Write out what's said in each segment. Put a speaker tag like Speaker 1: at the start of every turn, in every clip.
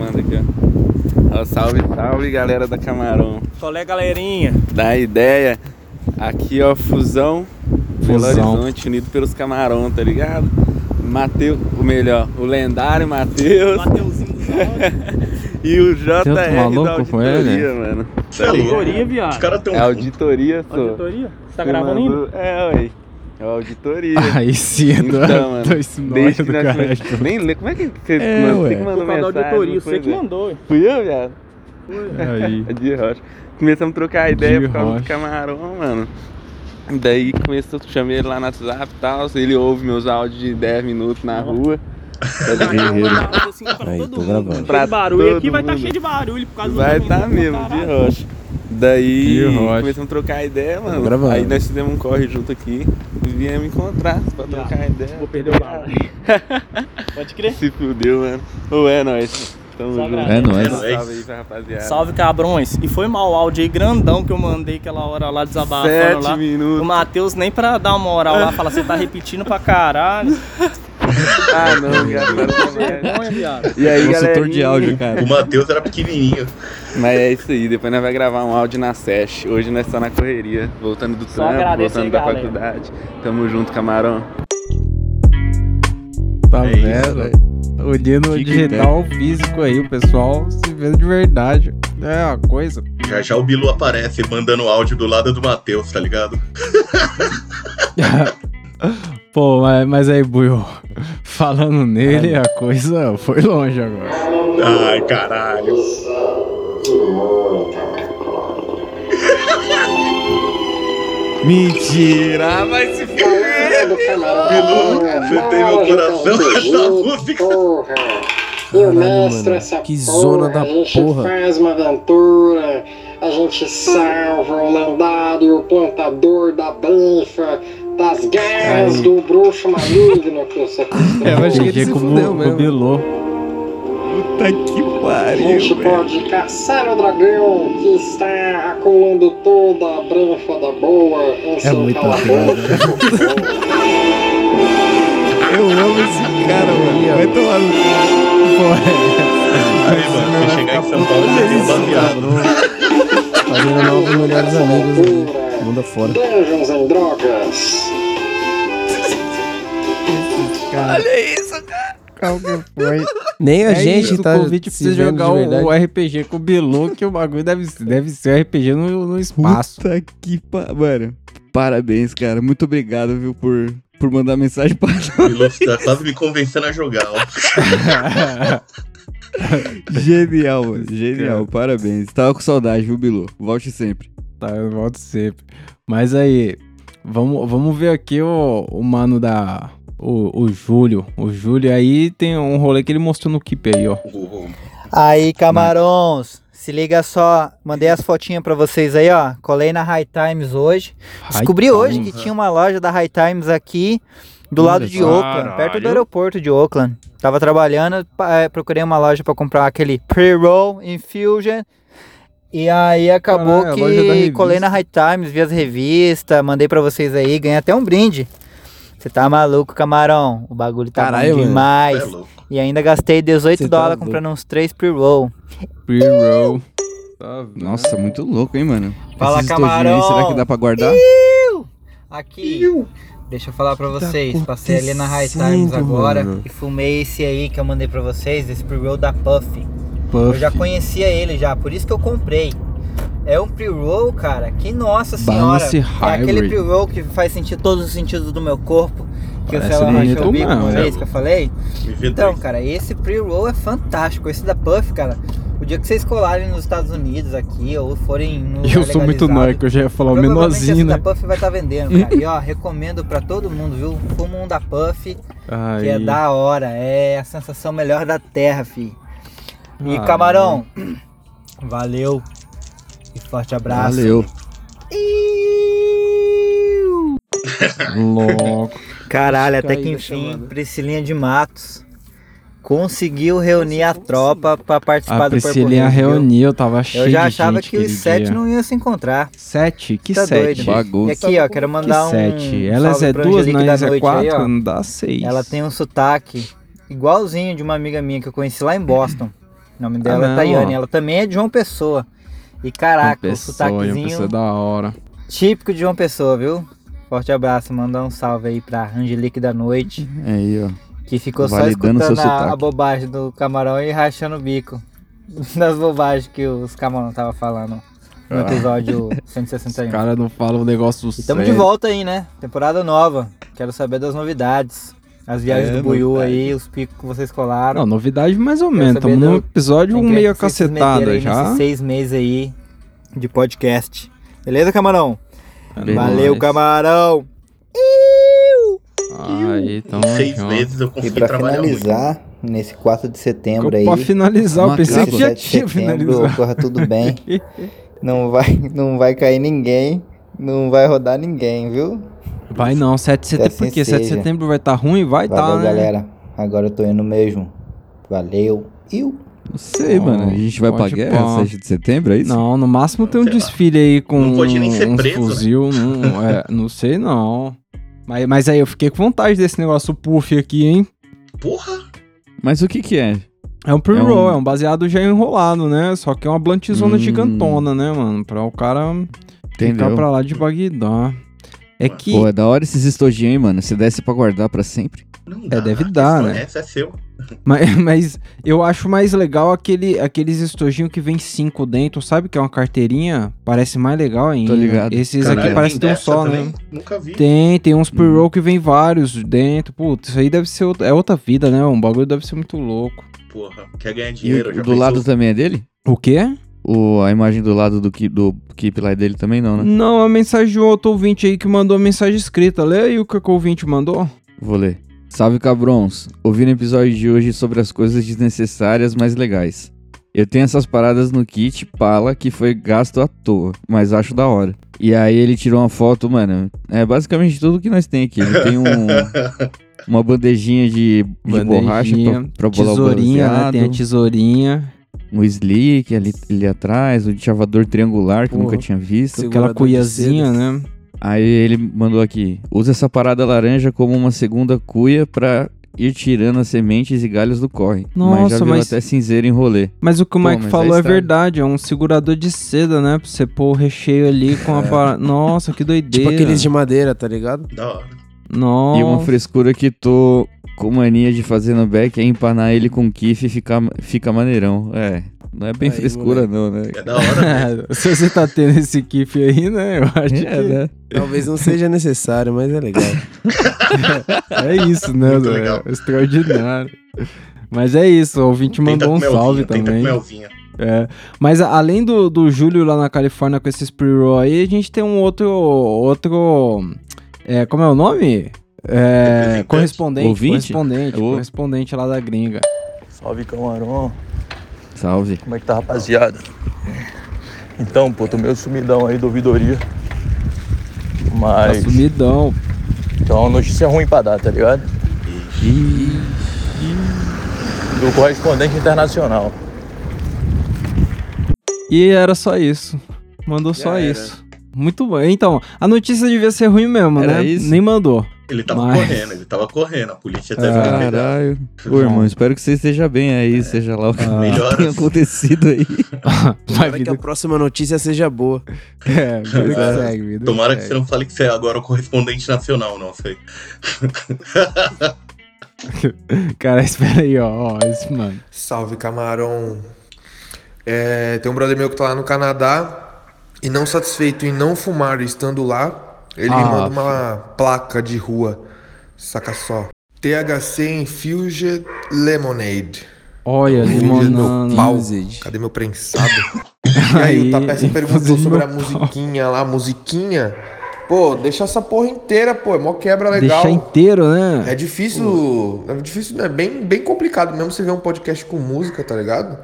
Speaker 1: Manda aqui, ó. Ó, salve, salve, galera da Camarão.
Speaker 2: Solé, galerinha.
Speaker 1: Da ideia, aqui, ó, Fusão, Belo
Speaker 3: Fusão.
Speaker 1: Horizonte, unido pelos Camarão, tá ligado? Mateus, o melhor, o lendário Matheus
Speaker 2: Mateuzinho dos áudios.
Speaker 1: e o JR
Speaker 3: Você é
Speaker 1: da
Speaker 3: outro maluco com ele? né?
Speaker 1: auditoria, mano.
Speaker 4: Tá
Speaker 2: Auditoria, viado.
Speaker 3: Ah,
Speaker 4: Os caras tão.
Speaker 1: É auditoria, só.
Speaker 2: Auditoria? Você tá gravando ainda?
Speaker 1: É, ué. É auditoria.
Speaker 3: Aí sim,
Speaker 1: Então, mano,
Speaker 3: Eduardo. Dois nós
Speaker 1: desde
Speaker 3: do
Speaker 1: que nós
Speaker 3: caralho.
Speaker 1: come- Nem lê, como é que você,
Speaker 3: É,
Speaker 1: mano, você
Speaker 3: ué.
Speaker 1: que
Speaker 2: Por causa
Speaker 1: mandou
Speaker 2: da
Speaker 1: mensagem?
Speaker 2: auditoria,
Speaker 1: não
Speaker 2: você
Speaker 1: foi,
Speaker 2: que
Speaker 1: velho?
Speaker 2: mandou. ué.
Speaker 1: Fui eu, viado?
Speaker 3: Aí.
Speaker 1: É de rocha. Começamos a trocar ideia
Speaker 3: De
Speaker 1: por causa do
Speaker 3: rocha.
Speaker 1: camarão, mano. Daí começou, chamei ele lá no WhatsApp e tal. Ele ouve meus áudios de 10 minutos na rua. Tá ligado?
Speaker 2: Assim, pra
Speaker 5: Aí,
Speaker 2: todo
Speaker 5: tô
Speaker 2: mundo.
Speaker 5: gravando.
Speaker 2: Cheio
Speaker 1: Pra
Speaker 2: de barulho aqui
Speaker 1: todo
Speaker 2: vai estar
Speaker 1: mundo.
Speaker 2: cheio de barulho por causa do
Speaker 1: Vai
Speaker 2: mundo,
Speaker 1: tá
Speaker 2: pra
Speaker 1: mesmo, de
Speaker 2: caralho.
Speaker 1: rocha. Daí
Speaker 3: De rocha. Tá
Speaker 1: começamos a trocar ideia, mano.
Speaker 5: gravando.
Speaker 1: Aí nós fizemos um corre junto aqui e viemos encontrar pra
Speaker 2: Já.
Speaker 1: trocar ideia.
Speaker 2: Vou perder o barulho. Pode crer.
Speaker 1: Se fudeu, mano. Ou é nóis. Tamo
Speaker 2: Só
Speaker 1: junto.
Speaker 2: agradece.
Speaker 3: É nóis.
Speaker 1: Salve aí pra rapaziada.
Speaker 2: Salve, cabrões. E foi mal o áudio aí grandão que eu mandei aquela hora lá desabafando
Speaker 1: Sete
Speaker 2: lá.
Speaker 1: minutos.
Speaker 2: O Matheus nem pra dar uma moral lá, fala, você tá repetindo pra caralho.
Speaker 1: Ah, não, cara.
Speaker 2: Vergonha, viado.
Speaker 1: E
Speaker 3: É um
Speaker 1: aí,
Speaker 5: Consultor
Speaker 1: galera?
Speaker 5: de áudio, cara.
Speaker 4: O Matheus era pequenininho.
Speaker 1: Mas é isso aí, depois nós vamos gravar um áudio na SESH. Hoje nós
Speaker 5: tá
Speaker 1: estamos na correria, voltando do
Speaker 2: Só
Speaker 1: trampo,
Speaker 2: agradece
Speaker 1: voltando
Speaker 2: aí,
Speaker 1: da
Speaker 2: galera.
Speaker 1: faculdade. Tamo junto, camarão.
Speaker 3: Tá
Speaker 4: É isso.
Speaker 3: vendo? Unindo o
Speaker 5: Fica
Speaker 3: digital ao físico aí, o pessoal se vendo de verdade. É uma coisa.
Speaker 4: Já já o Bilu aparece mandando áudio do lado do Matheus, tá ligado?
Speaker 3: Pô, mas, mas aí, Buio, falando nele, a coisa foi longe agora.
Speaker 4: Ai, caralho.
Speaker 1: Mentira, vai se fuder!
Speaker 4: Bilu, você tem meu coração essa música.
Speaker 6: Porra. Eu mestro essa
Speaker 5: que
Speaker 6: porra.
Speaker 5: zona da
Speaker 6: a gente
Speaker 5: porra.
Speaker 6: faz uma aventura, a gente salva o lendário plantador da banfa, das garras do bruxo maligno que eu sequestrei.
Speaker 3: É,
Speaker 1: É,
Speaker 3: eu acho que
Speaker 5: Entendi
Speaker 3: ele se
Speaker 5: como-
Speaker 3: fudeu
Speaker 5: como
Speaker 3: mesmo.
Speaker 5: Puta que
Speaker 6: A gente pode caçar o dragão que está acolando toda a branfa da boa em seu
Speaker 5: muita
Speaker 6: calabouço.
Speaker 5: Eu amo esse cara, mano. Vai tomar no
Speaker 4: Aí, mano, se chegar em São Paulo, você é baseado.
Speaker 5: Fazendo novos melhores amigos aí. Mundo afora.
Speaker 6: Dungeons and Drogas.
Speaker 3: Qual que foi?
Speaker 5: Nem a
Speaker 3: É
Speaker 5: gente
Speaker 3: isso,
Speaker 5: tá
Speaker 3: o convite pra
Speaker 5: se
Speaker 3: você
Speaker 5: vendo
Speaker 3: jogar
Speaker 5: de
Speaker 3: o,
Speaker 5: verdade.
Speaker 3: o RPG com o Bilu, que o bagulho deve, deve ser RPG no, no espaço.
Speaker 5: Puta que pa... Mano, parabéns, cara. Muito obrigado, viu, por, por mandar mensagem pra nós.
Speaker 4: Bilu, você tá quase me convencendo a jogar. ó.
Speaker 5: Genial, mano. Genial, parabéns. Tava com saudade, viu, Bilu? Volte sempre.
Speaker 3: Tá, eu volto sempre. Mas aí, vamos, vamos ver aqui o, o mano da. O, o Júlio. O Júlio aí tem um rolê que ele mostrou no Keep aí, ó.
Speaker 7: Aí, camarões, se liga só, mandei as fotinhas pra vocês aí, ó. Colei na High Times hoje. Descobri
Speaker 3: Ai,
Speaker 7: hoje
Speaker 3: tá.
Speaker 7: que tinha uma loja da High Times aqui do lado de
Speaker 3: Caralho.
Speaker 7: Oakland, perto do aeroporto de Oakland. Tava trabalhando, pa- eh, procurei uma loja pra comprar aquele pre-roll infusion. E aí acabou
Speaker 3: Caralho, a loja da
Speaker 7: que
Speaker 3: revista.
Speaker 7: colei na High Times, vi as revistas, mandei pra vocês aí, ganhei até um brinde. Você tá maluco, camarão? O bagulho tá
Speaker 5: Caralho,
Speaker 7: bom
Speaker 5: mano.
Speaker 7: demais.
Speaker 4: É louco.
Speaker 7: E ainda gastei 18
Speaker 5: Cê tá
Speaker 7: dólares
Speaker 5: louco.
Speaker 7: comprando uns 3 pre-roll.
Speaker 3: Pre-roll.
Speaker 5: Nossa, muito louco, hein, mano?
Speaker 7: Fala,
Speaker 5: Esses estojinhos
Speaker 7: camarão.
Speaker 5: será que dá pra guardar?
Speaker 7: Aqui. Deixa eu falar pra
Speaker 5: tá
Speaker 7: vocês. Passei ali na High Times
Speaker 5: acontecendo,
Speaker 7: agora
Speaker 5: mano?
Speaker 7: e fumei esse aí que eu mandei pra vocês, esse pre-roll da Puff. Eu
Speaker 3: Puff.
Speaker 7: já conhecia ele já, por isso que eu comprei. É um pre-roll, cara, que nossa senhora.
Speaker 3: Balance
Speaker 7: É aquele
Speaker 3: Hybrid.
Speaker 7: pre-roll que faz sentir todos os sentidos do meu corpo. Que
Speaker 3: Parece
Speaker 7: o Fela
Speaker 3: bonito
Speaker 7: rachou o bico uma
Speaker 5: né?
Speaker 3: mesmo.
Speaker 7: vez que eu falei.
Speaker 4: Me vê
Speaker 7: Então,
Speaker 4: dois.
Speaker 7: cara, esse pre-roll é fantástico. Esse da Puff, cara. O dia que vocês colarem nos Estados Unidos aqui ou forem no
Speaker 3: Eu sou muito noico, eu já ia falar o
Speaker 7: Provavelmente esse
Speaker 3: menorzinho,
Speaker 7: da
Speaker 3: né?
Speaker 7: Puff vai estar vendendo, cara. E ó, recomendo pra todo mundo, viu? Fuma um da Puff, que é
Speaker 3: Aí.
Speaker 7: da hora. É a sensação melhor da terra, fi. E
Speaker 3: Ah,
Speaker 7: camarão, valeu. E forte abraço.
Speaker 5: Valeu.
Speaker 3: Louco.
Speaker 7: Caralho, até
Speaker 3: Fica
Speaker 7: que
Speaker 3: aí
Speaker 7: enfim,
Speaker 3: chamada.
Speaker 7: Priscilinha de Matos conseguiu reunir a
Speaker 3: assim?
Speaker 7: tropa pra participar
Speaker 3: A
Speaker 7: do Purple
Speaker 3: Priscilinha
Speaker 7: Rain, viu?
Speaker 3: reuniu, tava cheio de
Speaker 7: Eu já achava
Speaker 3: gente
Speaker 7: que os
Speaker 3: aquele
Speaker 7: sete
Speaker 3: dia.
Speaker 7: não iam se encontrar.
Speaker 3: Sete? Que
Speaker 7: Tá doido,
Speaker 3: sete?
Speaker 7: né? E
Speaker 5: Bagunça.
Speaker 7: aqui, ó, quero mandar
Speaker 3: que
Speaker 7: um.
Speaker 3: sete? Elas
Speaker 7: salve
Speaker 3: é
Speaker 7: pra
Speaker 3: duas,
Speaker 7: Angelique da
Speaker 3: nós é
Speaker 7: Noite aí,
Speaker 3: quatro,
Speaker 7: ó.
Speaker 3: não dá seis.
Speaker 7: Ela tem um sotaque igualzinho de uma amiga minha que eu conheci lá em Boston. O nome dela
Speaker 3: Ah, não,
Speaker 7: é Tayane.
Speaker 3: ó.
Speaker 7: Ela também é de João Pessoa. E
Speaker 3: Uma
Speaker 7: caraca,
Speaker 3: pessoa,
Speaker 7: o
Speaker 3: uma
Speaker 7: um sotaquezinho
Speaker 3: pessoa da hora.
Speaker 7: típico de João Pessoa, viu? Forte abraço, mandar um salve aí pra Angelique da Noite,
Speaker 5: Aí, ó.
Speaker 7: que ficou só
Speaker 5: Validando seu
Speaker 7: escutando a,
Speaker 5: sotaque.
Speaker 7: a bobagem do camarão e rachando o bico das bobagens que os camarão tava falando
Speaker 3: Ah.
Speaker 7: no episódio
Speaker 3: Os
Speaker 7: 161.
Speaker 3: caras não falam um negócio
Speaker 7: tá E
Speaker 3: sério.
Speaker 7: tamo de volta aí, né? Temporada nova. Quero saber das novidades. As viagens
Speaker 5: É,
Speaker 7: do Buiú aí, os picos que vocês colaram.
Speaker 3: Não, novidade mais ou
Speaker 7: Quero
Speaker 3: menos.
Speaker 7: saber
Speaker 3: Tamo num
Speaker 7: do-
Speaker 3: episódio
Speaker 7: Tem que-
Speaker 3: meio
Speaker 7: vocês se meteram
Speaker 3: cacetada
Speaker 7: aí
Speaker 3: já.
Speaker 7: Nesses seis meses aí de podcast. Beleza, camarão?
Speaker 3: É
Speaker 5: Beleza.
Speaker 7: Valeu,
Speaker 3: nóis.
Speaker 7: camarão!
Speaker 3: Aí, tamo
Speaker 4: Seis
Speaker 3: junto.
Speaker 4: meses eu
Speaker 7: E
Speaker 4: consegui
Speaker 7: pra
Speaker 4: trabalhar muito.
Speaker 7: finalizar, nesse 4 de setembro
Speaker 3: Ficou
Speaker 7: aí.
Speaker 3: Pra finalizar, eu
Speaker 5: Marcado.
Speaker 3: pensei que já
Speaker 7: 17 de
Speaker 3: tinha
Speaker 7: setembro,
Speaker 3: finalizado.
Speaker 7: corra tudo bem. Não vai, não vai cair ninguém, não vai rodar ninguém, viu?
Speaker 3: Vai não, 7 de setembro.
Speaker 7: assim
Speaker 3: Por quê? 7 de
Speaker 7: seja.
Speaker 3: setembro vai estar tá ruim? Vai
Speaker 7: Valeu,
Speaker 3: tá, né?
Speaker 7: galera. Agora eu tô indo mesmo. Valeu. Iu.
Speaker 5: Não sei,
Speaker 3: Ó,
Speaker 5: mano. A gente vai pra
Speaker 3: pode
Speaker 5: guerra
Speaker 3: pá.
Speaker 5: 7 de setembro, é isso?
Speaker 3: Não, no máximo tem um
Speaker 4: Sei lá.
Speaker 3: desfile aí com
Speaker 4: Não pode nem ser
Speaker 3: um
Speaker 4: preso, né?
Speaker 3: fuzil, não, é, não sei não. Mas, mas aí eu fiquei com vontade desse negócio puff aqui, hein?
Speaker 4: Porra!
Speaker 5: Mas o que que é?
Speaker 3: É um pre-roll,
Speaker 5: É
Speaker 3: é,
Speaker 5: um-
Speaker 3: um baseado já enrolado, né? Só que é uma blantizona
Speaker 5: Hum.
Speaker 3: gigantona, né, mano? Pra o cara
Speaker 5: Entendeu?
Speaker 3: ficar pra lá de Bagdá. É que.
Speaker 5: Pô, é da hora esses estojinhos, hein, mano. Se desse pra guardar pra sempre.
Speaker 4: Não
Speaker 3: deve
Speaker 4: que
Speaker 3: dar,
Speaker 4: história
Speaker 3: né?
Speaker 4: é Essa é seu.
Speaker 3: Mas, mas eu acho mais legal aquele, aqueles estojinhos que vem cinco dentro, sabe? Que é uma carteirinha. Parece mais legal ainda.
Speaker 5: ligado.
Speaker 3: Esses
Speaker 4: Caralho,
Speaker 3: aqui parecem
Speaker 4: tem
Speaker 3: ter um
Speaker 4: dessa
Speaker 3: só,
Speaker 4: também?
Speaker 3: né?
Speaker 4: Nunca vi.
Speaker 3: Tem, tem uns pre-roll que vem vários dentro. Putz, isso aí deve ser outra, é outra vida, né? Um bagulho deve ser muito louco.
Speaker 4: Porra, quer ganhar
Speaker 5: E
Speaker 4: dinheiro.
Speaker 5: o,
Speaker 4: já
Speaker 5: do lado
Speaker 4: pensou?
Speaker 5: também é dele?
Speaker 3: O quê?
Speaker 5: O, Tipo, a imagem do lado do, ki- do Keep lá é dele também não, né?
Speaker 3: Não, a mensagem de outro ouvinte aí que mandou a mensagem escrita. Lê aí o que que o ouvinte mandou.
Speaker 5: Vou ler. Salve cabrons! Ouvindo o episódio de hoje sobre as coisas desnecessárias, mas legais. Eu tenho essas paradas no kit Pala que foi gasto à toa, mas acho da hora. E aí ele tirou uma foto, mano. É basicamente tudo que nós tem aqui. Ele tem um, uma bandejinha de, de borracha pra, pra bolar o
Speaker 3: tesourinha, né? Tem a
Speaker 5: balanceado,
Speaker 3: tesourinha.
Speaker 5: Um slick ali, ali atrás, um chavador triangular que eu nunca
Speaker 3: Porra.
Speaker 5: tinha visto.
Speaker 3: Aquela cuiazinha, né?
Speaker 5: Aí ele mandou aqui: usa essa parada laranja como uma segunda cuia pra ir tirando as sementes e galhos do corre. mas já
Speaker 3: Nossa,
Speaker 5: viu
Speaker 3: mas-
Speaker 5: até cinzeiro em rolê.
Speaker 3: Mas o que o
Speaker 5: Pô,
Speaker 3: Mike
Speaker 5: mas
Speaker 3: falou
Speaker 5: é
Speaker 3: é,
Speaker 5: estranho.
Speaker 3: verdade, é um segurador de seda, né? Pra você pôr o recheio ali com a
Speaker 5: É.
Speaker 3: parada. Nossa, que doideira.
Speaker 8: Tipo aqueles de madeira, tá ligado?
Speaker 4: Da hora.
Speaker 3: Nossa.
Speaker 5: E uma frescura que tô com mania de fazer no back é empanar ele com kiff e ficar, fica maneirão. É, não é bem
Speaker 8: Aí,
Speaker 5: frescura não, né?
Speaker 4: É da hora.
Speaker 3: Se você tá tendo esse kiff aí, né? Eu acho que
Speaker 5: É, né?
Speaker 8: Talvez não seja necessário, mas é legal.
Speaker 3: é isso, né?
Speaker 4: Muito
Speaker 3: Léo?
Speaker 4: legal.
Speaker 3: Extraordinário. Mas é isso, o ouvinte
Speaker 4: Tenta
Speaker 3: mandou
Speaker 4: com
Speaker 3: um salve
Speaker 4: melvinha, Tenta
Speaker 3: também.
Speaker 4: com melvinha.
Speaker 3: É. Mas a- além do, do Júlio lá na Califórnia com esses pre-roll aí, a gente tem um outro. outro é, como é o nome? É,
Speaker 4: Representante.
Speaker 3: correspondente.
Speaker 5: Ouvinte? É
Speaker 3: Correspondente.
Speaker 5: Eu-
Speaker 3: Correspondente lá da gringa.
Speaker 9: Salve camarão,
Speaker 5: Salve.
Speaker 9: como é que tá rapaziada? Então, pô, tô meio sumidão aí do ouvidoria.
Speaker 3: Tá
Speaker 9: Mas.
Speaker 3: sumidão.
Speaker 9: Então, notícia ruim pra dar, tá ligado? Do correspondente internacional.
Speaker 3: E era só isso. Mandou só
Speaker 4: era.
Speaker 3: isso. Muito bom. Então, a notícia devia ser ruim mesmo,
Speaker 5: Era
Speaker 3: né?
Speaker 5: isso?
Speaker 3: Nem mandou.
Speaker 4: Ele tava
Speaker 3: Mas-
Speaker 4: correndo, ele tava correndo. A polícia deve ter pegado.
Speaker 5: Caralho. Ô, irmão, espero que você esteja bem aí, seja lá o que
Speaker 4: Melhoras.
Speaker 5: tenha acontecido aí.
Speaker 3: Vai,
Speaker 8: Espero que a
Speaker 3: vida.
Speaker 8: próxima notícia seja boa.
Speaker 3: É, vida que
Speaker 4: É.
Speaker 3: segue, vida.
Speaker 4: Tomara que
Speaker 3: segue.
Speaker 4: você não fale que você é agora o correspondente nacional, não sei.
Speaker 3: Cara, espera aí, ó. ó esse, mano.
Speaker 10: Salve, camarão. É, tem um brother meu que tá lá no Canadá e não satisfeito em não fumar estando lá, ele
Speaker 3: Ah,
Speaker 10: me manda uma placa de rua. Saca só. THC Infused Lemonade.
Speaker 3: Olha,
Speaker 10: Filho
Speaker 3: ele
Speaker 10: do
Speaker 3: mandando.
Speaker 10: meu pau. Cadê meu prensado? E aí,
Speaker 3: Aí,
Speaker 10: o Tapessa perguntou
Speaker 3: Infused
Speaker 10: sobre a
Speaker 3: no
Speaker 10: musiquinha lá, a musiquinha. Pô, deixa essa porra inteira, pô. É mó quebra legal.
Speaker 3: Deixar inteiro, né?
Speaker 10: É difícil, é difícil, é bem, bem complicado mesmo você ver um podcast com música, tá ligado?